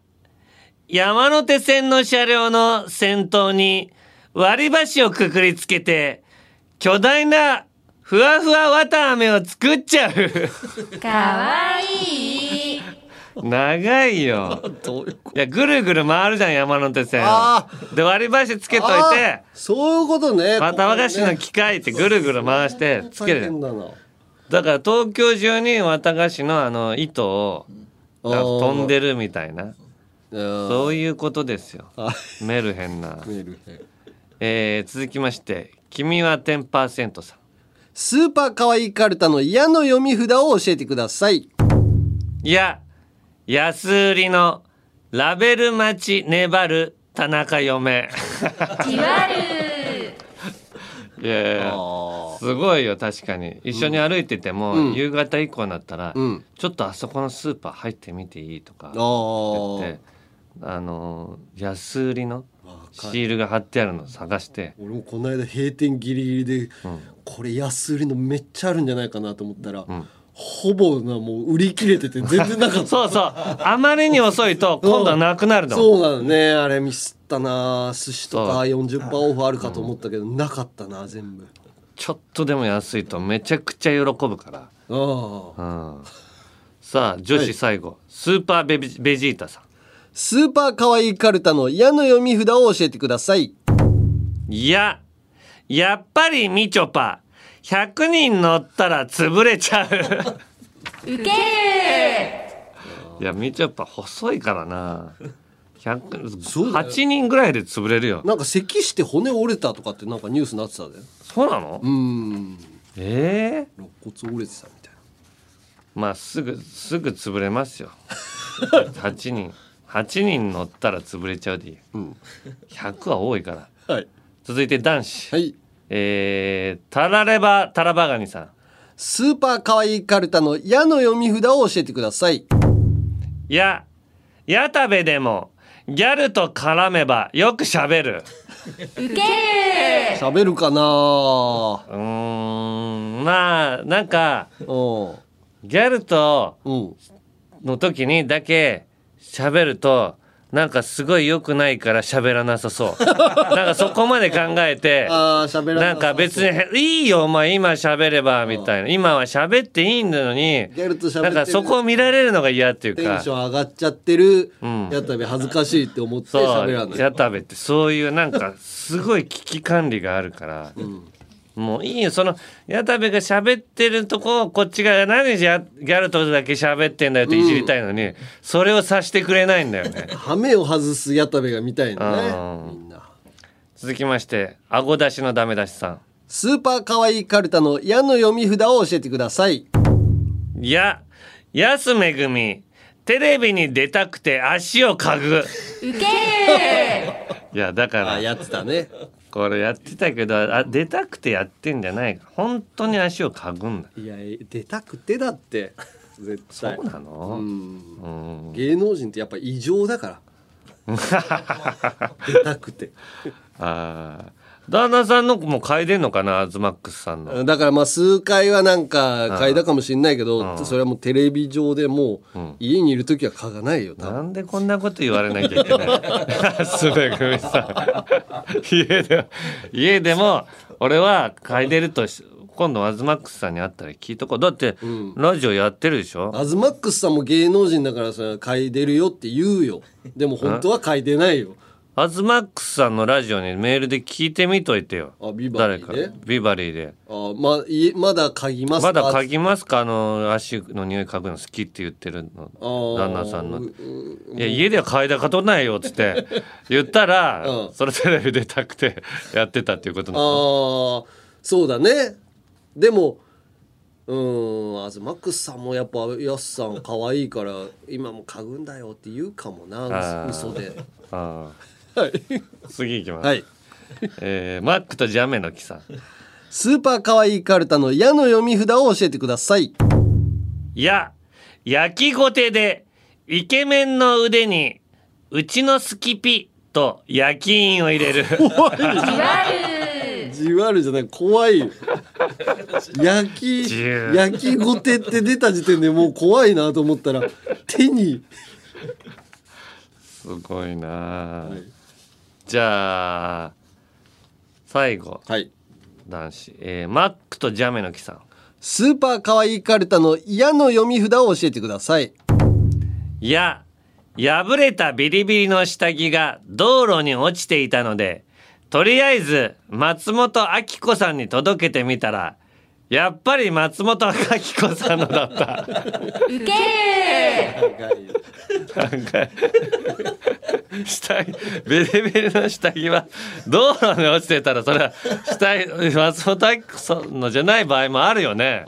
山手線の車両の先頭に割り箸をくくりつけて、巨大なふわふわわたあめを作っ ちゃう。かわいい長いよいやぐるぐる回るじゃん山手線あで割り箸つけといてあそういうことねまた和菓子の機械ってぐるぐる回してつける大変だなだから東京中に綿菓子のあの糸をなんか飛んでるみたいなそういうことですよメルヘンなえー続きまして「君は10%さんスーパーかわいいカルタの「矢」の読み札を教えてください」いや、安売りのラベル待ち粘る田中 嫁。いやいやすごいよ確かに一緒に歩いてても、うん夕方以降になったら、うんちょっとあそこのスーパー入ってみていいとかー言ってあのー安売りのシールが貼ってあるの探して俺もこの間閉店ギリギリで、これ安売りのめっちゃあるんじゃないかなと思ったら、ほぼなもう売り切れてて全然な かったそうそうあまりに遅い と今度はなくなるのそうなのねあれミスったな寿司とか40%オフあるかと思ったけど、なかったな全部ちょっとでも安いとめちゃくちゃ喜ぶからうんさあ女子最後、スーパーベジベジータさんスーパーかわいいカルタの「矢」の読み札を教えてくださいいや、やっぱりみちょぱ、100人乗ったら潰れちゃう。ウケるいやみちょぱ細いからな8人ぐらいで潰れるよなんか咳して骨折れたとかってなんかニュースになってたでそうなのうんええ肋骨折れてたみたいまあすぐすぐ潰れますよ 8人8人乗ったら潰れちゃうでいい、100は多いから、続いて男子えー、タラレバタラバガニさんなスーパーかわいいカルタの「矢」の読み札を教えてくださいいや、矢田部でも、ギャルと絡めばよく喋る。ウケる喋るかなうーんまあなんかギャルとの時にだけ喋るとなんかすごい良くないから喋らなさそう なんかそこまで考えてあー喋らなさそうなんか別に「いいよお前今喋れば」みたいな今は喋っていいのにギャルと喋ってるなんかそこを見られるのが嫌っていうかテンション上がっちゃってる矢田部恥ずかしいって思ってそ喋らうない矢田部ってそういうなんかすごい危機管理があるから、もういいよその矢田部が喋ってるとこをこっちが「何じゃギャルとだけ喋ってんだよ」っていじりたいのに、それをさしてくれないんだよね。ハメを外す矢田部が見たいのねうん続きまして顎出しのダメ出しさん。スーパーかわいいカルタの「矢」の読み札を教えてくださいいや、安めぐみ、テレビに出たくて足を嗅ぐ。ウケるいやだからやってたねこれやってたけどあ出たくてやってんじゃない本当に足をかぐんだいや出たくてだって絶対そうなのうん芸能人ってやっぱ異常だから 出たくてああ旦那さんのも嗅いでんのかなアズマックスさんのだからまあ数回はなんか嗅いだかもしれないけど、うんそれはもうテレビ上でもう家にいる時は嗅がないよなんでこんなこと言われなきゃいけないすべぐみさん家でも家でも俺は嗅いでるとし今度アズマックスさんに会ったら聞いとこうだって、ラジオやってるでしょアズマックスさんも芸能人だからさ嗅いでるよって言うよでも本当は嗅いでないよアズマックスさんのラジオにメールで聞いてみといてよビバリ誰ーかでビバリーであまいまだ嗅ぎますまかだ嗅ぎますかあの足の匂い嗅ぐの好きって言ってるあのー旦那さんのういや家では嗅いだことないよっつって言ったら、それテレビ出たくてやってたっていうことなのああそうだねでもうーんアズマックスさんもやっぱヤスさん可愛いから今も嗅ぐんだよって言うかもなあー嘘嘘であはいー次いきます、はいえーマックとジャメの木さんスーパーかわいいカルタの矢の読み札を教えてください。や、焼きごてで、イケメンの腕に、うちのスキピと焼き印を入れる。じわるじゃない、怖 いよ。焼き、焼きごてって出た時点でもう怖いなと思ったら、手に、すごいなあ、じゃあ最後、男子、えーマックとジャメの木さんスーパーかわいいカルタの矢の読み札を教えてください。や、破れたビリビリの下着が道路に落ちていたので、とりあえず松本明子さんに届けてみたら、やっぱり松本明子さんのだった。ウケなんか下着ビリビリの下着は道路に落ちてたらそれは下着松本明子さんのじゃない場合もあるよね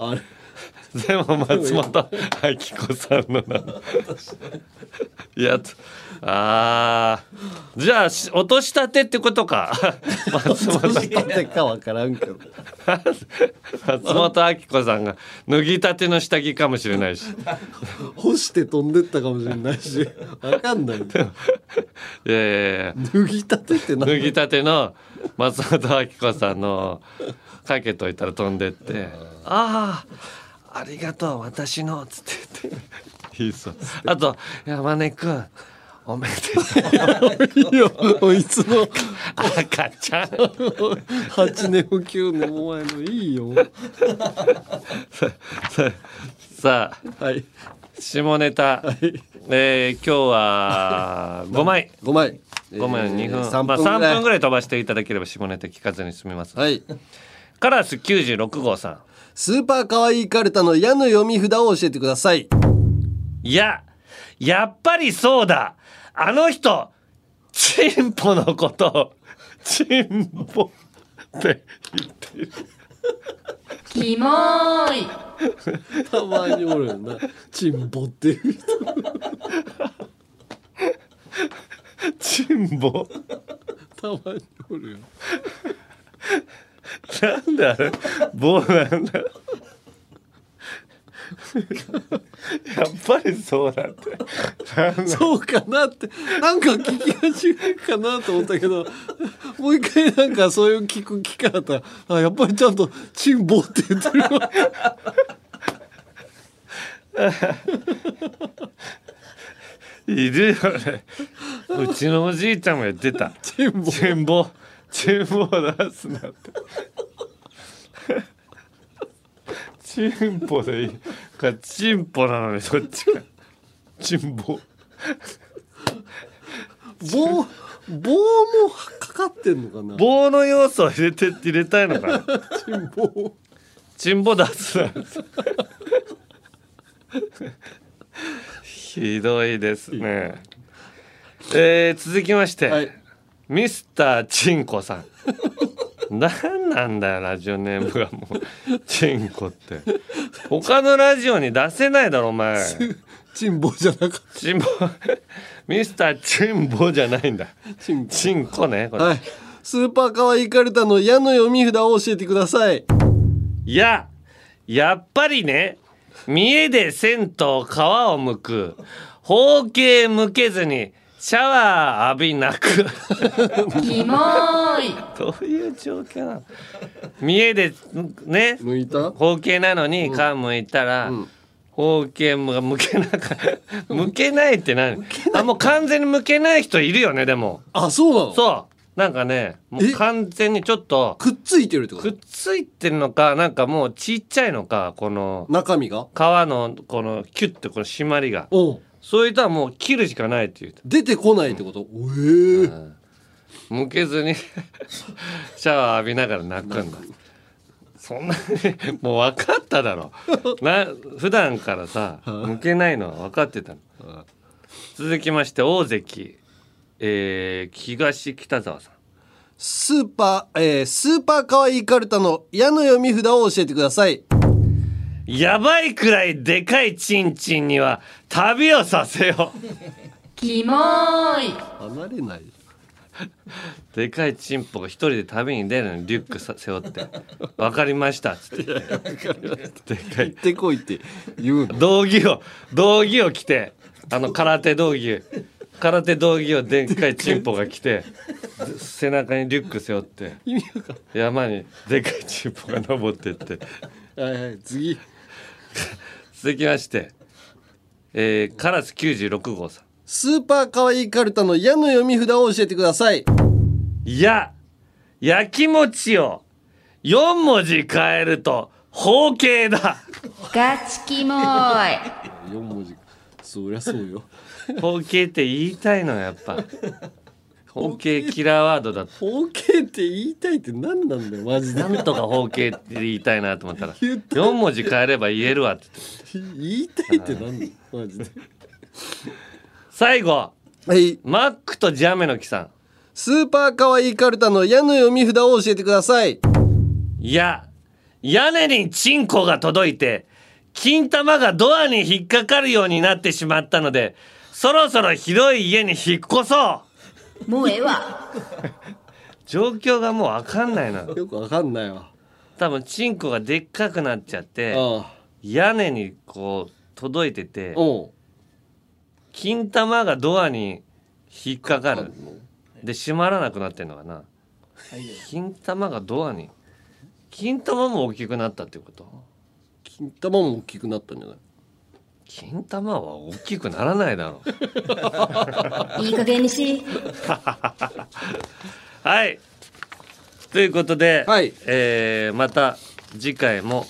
でも松本明子さんのないやつあーじゃあし落としたてってことか松本立てかわからんけど。松本明子さんが脱ぎたての下着かもしれないし 干して飛んでったかもしれないし、わかんない。いやいやいや脱ぎたてって脱ぎたての松本明子さんのかけといたら飛んでってああありがとう私のつって言っていいっすわあと山根くんおめ でとういやいつも赤ちゃん8年も9年も前のいいよ。さあ、下ネタ、えー今日 は5枚5枚5枚2分、えー三分まあ、ぐらい3分ぐらい飛ばしていただければ下ネタ聞かずに済みます、カラス96号さんスーパーかわいいカルタの矢の読み札を教えてください。いや、やっぱりそうだ。あの人、チンポのこと、チンポって言ってる。キモーいたまにおるよな。チンボっていう人。チンボたまにおるよ。なんであれ棒なんだ。やっぱりそうだって。 そうかなってなんか聞き味が違うかなと思ったけどもう一回なんかそういう聞く機会あったらあやっぱりちゃんと「チンボ」って言ってる わいるよね。うちのおじいちゃんも言ってた。チンボ。チンボ。チンボを出すなって。チンポでいい。かチンポなのにそっちか。チンボ。棒棒もかかってんのかな棒の要素を入れて入れたいのかな。チンボチンボ出すな。ひどいですね。えー、続きまして、ミスターチンコさん。なんなんだよラジオネームがもうチンコって他のラジオに出せないだろお前チンボじゃなかったチンボミスターチンボじゃないんだチンコねこれ、はいスーパーかわいいカルタの矢の読み札を教えてくださいいや、やっぱりね、見栄で銭湯皮をむく、包茎むけずに、シャワー浴びなく。キモーいどういう状況なの見栄で、ね、向いた包茎なのに皮むいたら、包茎がむけなか、 むけないって何あ、もう完全にむけない人いるよね、でも。あ、そうなのそう。なんかね、もう完全にちょっと。くっついてるってことくっついてるのか、なんかもうちっちゃいのか、この。中身が皮のこのキュッてこの締まりがおそういう人はもう切るしかないっていう出てこないってこと、おえー向け ずにシャワー浴びながら泣くんだそんなにもう分かっただろな普段からさ向けないのは分かってたの続きまして大関、えー、東北沢さんスーパー、えー、スーパーかわいいカルタの矢の読み札を教えてくださいやばいくらいでかいチンチンには 旅をさせようキモーい離れないでかいチンポが一人で旅に出るのにリュックさ背負って「分かりました」っつって「でかい」ってこいって言う道着を道着を着てあの空手道着空手道着をでっかいチンポが着て背中にリュック背負って山にでかいチンポが登ってってはいはい次続きまして、えーカラス96号さんスーパーかわいいカルタの矢の読み札を教えてくださいや焼き餅を4文字変えると方形だガチキモい4文字そりゃそうよ方形って言いたいのやっぱ方形キラーワードだった方形って言いたいって何なんだよマジでなんとか方形って言いたいなと思ったら4文字変えれば言えるわって 言いたいって何だよマジで最後はいマックとジャメの木さんスーパーかわいいカルタの矢の読み札を教えてくださいいや屋根にチンコが届いて金玉がドアに引っかかるようになってしまったのでそろそろ広い家に引っ越そうもうええわ状況がもう分かんないな よく分かんないわ多分チンコがでっかくなっちゃって屋根にこう届いてて金玉がドアに引っかかるで閉まらなくなってんのかな金玉がドアに金玉も大きくなったってこと金玉も大きくなったんじゃない金玉は大きくならないだろ ういい加減にしはいということで、えーまた次回も、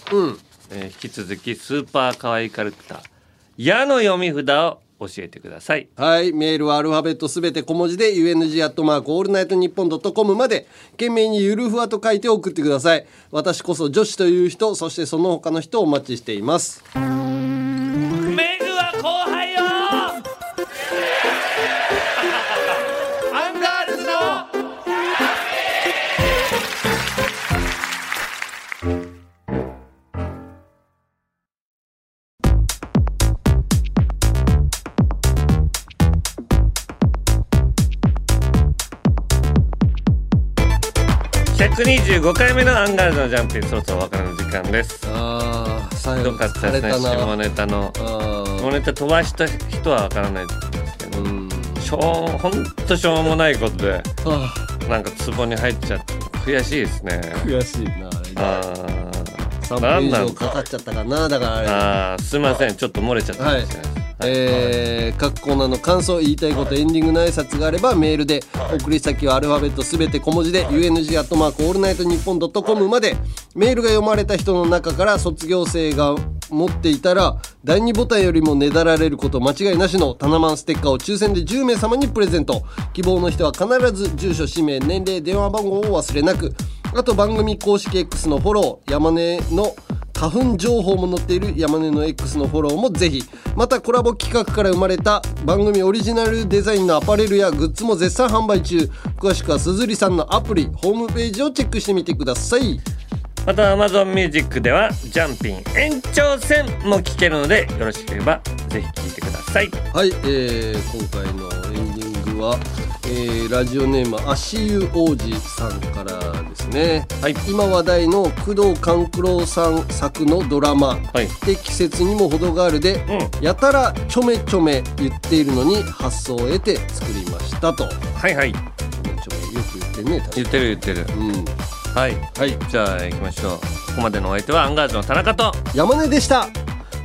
えー引き続きスーパーかわいいカルタ「矢」の読み札を教えてくださいはい。メールはアルファベットすべて小文字で、UNG アットマークオールナイトニッポンドットコムまで、懸命にゆるふわと書いて送ってください。私こそ女子という人、そしてその他の人をお待ちしています。メグは後輩よアンガールズの125回目のアンガールズのジャンピンそろそろお別れの時間ですああひどかったですね疲れたな下ネタの下ネタ飛ばした人はわからないですけどしょうほんとしょうもないことであなんか壺に入っちゃって悔しいですね悔しいな、あれ。 あ3ー分以なん上だかかっちゃったかな、だからあれ。あーすいませんちょっと漏れちゃったんですね、えー各コーナーの感想言いたいこと、エンディングの挨拶があればメールで、送り先はアルファベットすべて小文字で、UNG アットマークオールナイトニッポンドットコムまでメールが読まれた人の中から卒業生が持っていたら第2ボタンよりもねだられること間違いなしのタナマンステッカーを抽選で10名様にプレゼント希望の人は必ず住所氏名年齢電話番号を忘れなくあと番組公式 X のフォロー山根の花粉情報も載っている山根の X のフォローもぜひまたコラボ企画から生まれた番組オリジナルデザインのアパレルやグッズも絶賛販売中詳しくはすずりさんのアプリホームページをチェックしてみてくださいまた Amazon Music では「ジャンピン延長戦」も聴けるのでよろしければぜひ聴いてくださいはい、えー今回のエンディングは、えーラジオネーム足湯王子さんからですね、今話題の工藤官九郎さん作のドラマ「で季節にも程があるで」やたらちょめちょめ言っているのに発想を得て作りましたとはいはいちょめちょめよく言ってるね言ってる言ってる、はい、はい、じゃあ行きましょうここまでのお相手はアンガールズの田中と山根でした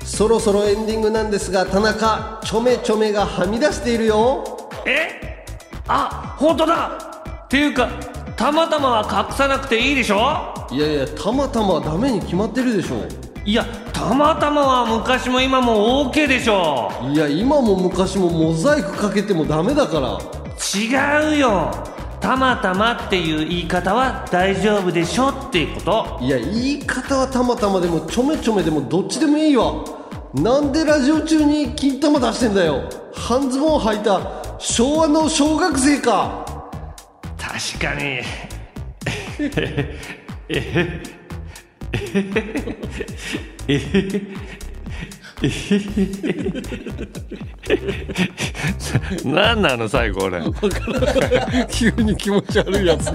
そろそろエンディングなんですが田中ちょめちょめがはみ出しているよえあ本当だっていうかたまたまは隠さなくていいでしょいやいやたまたまダメに決まってるでしょいやたまたまは昔も今も OK でしょいや今も昔もモザイクかけてもダメだから違うよたまたまっていう言い方は大丈夫でしょっていうこといや言い方はたまたまでもちょめちょめでもどっちでもいいわなんでラジオ中に金玉出してんだよ半ズボン履いた昭和の小学生か確かに何なの最後俺急に気持ち悪いやつ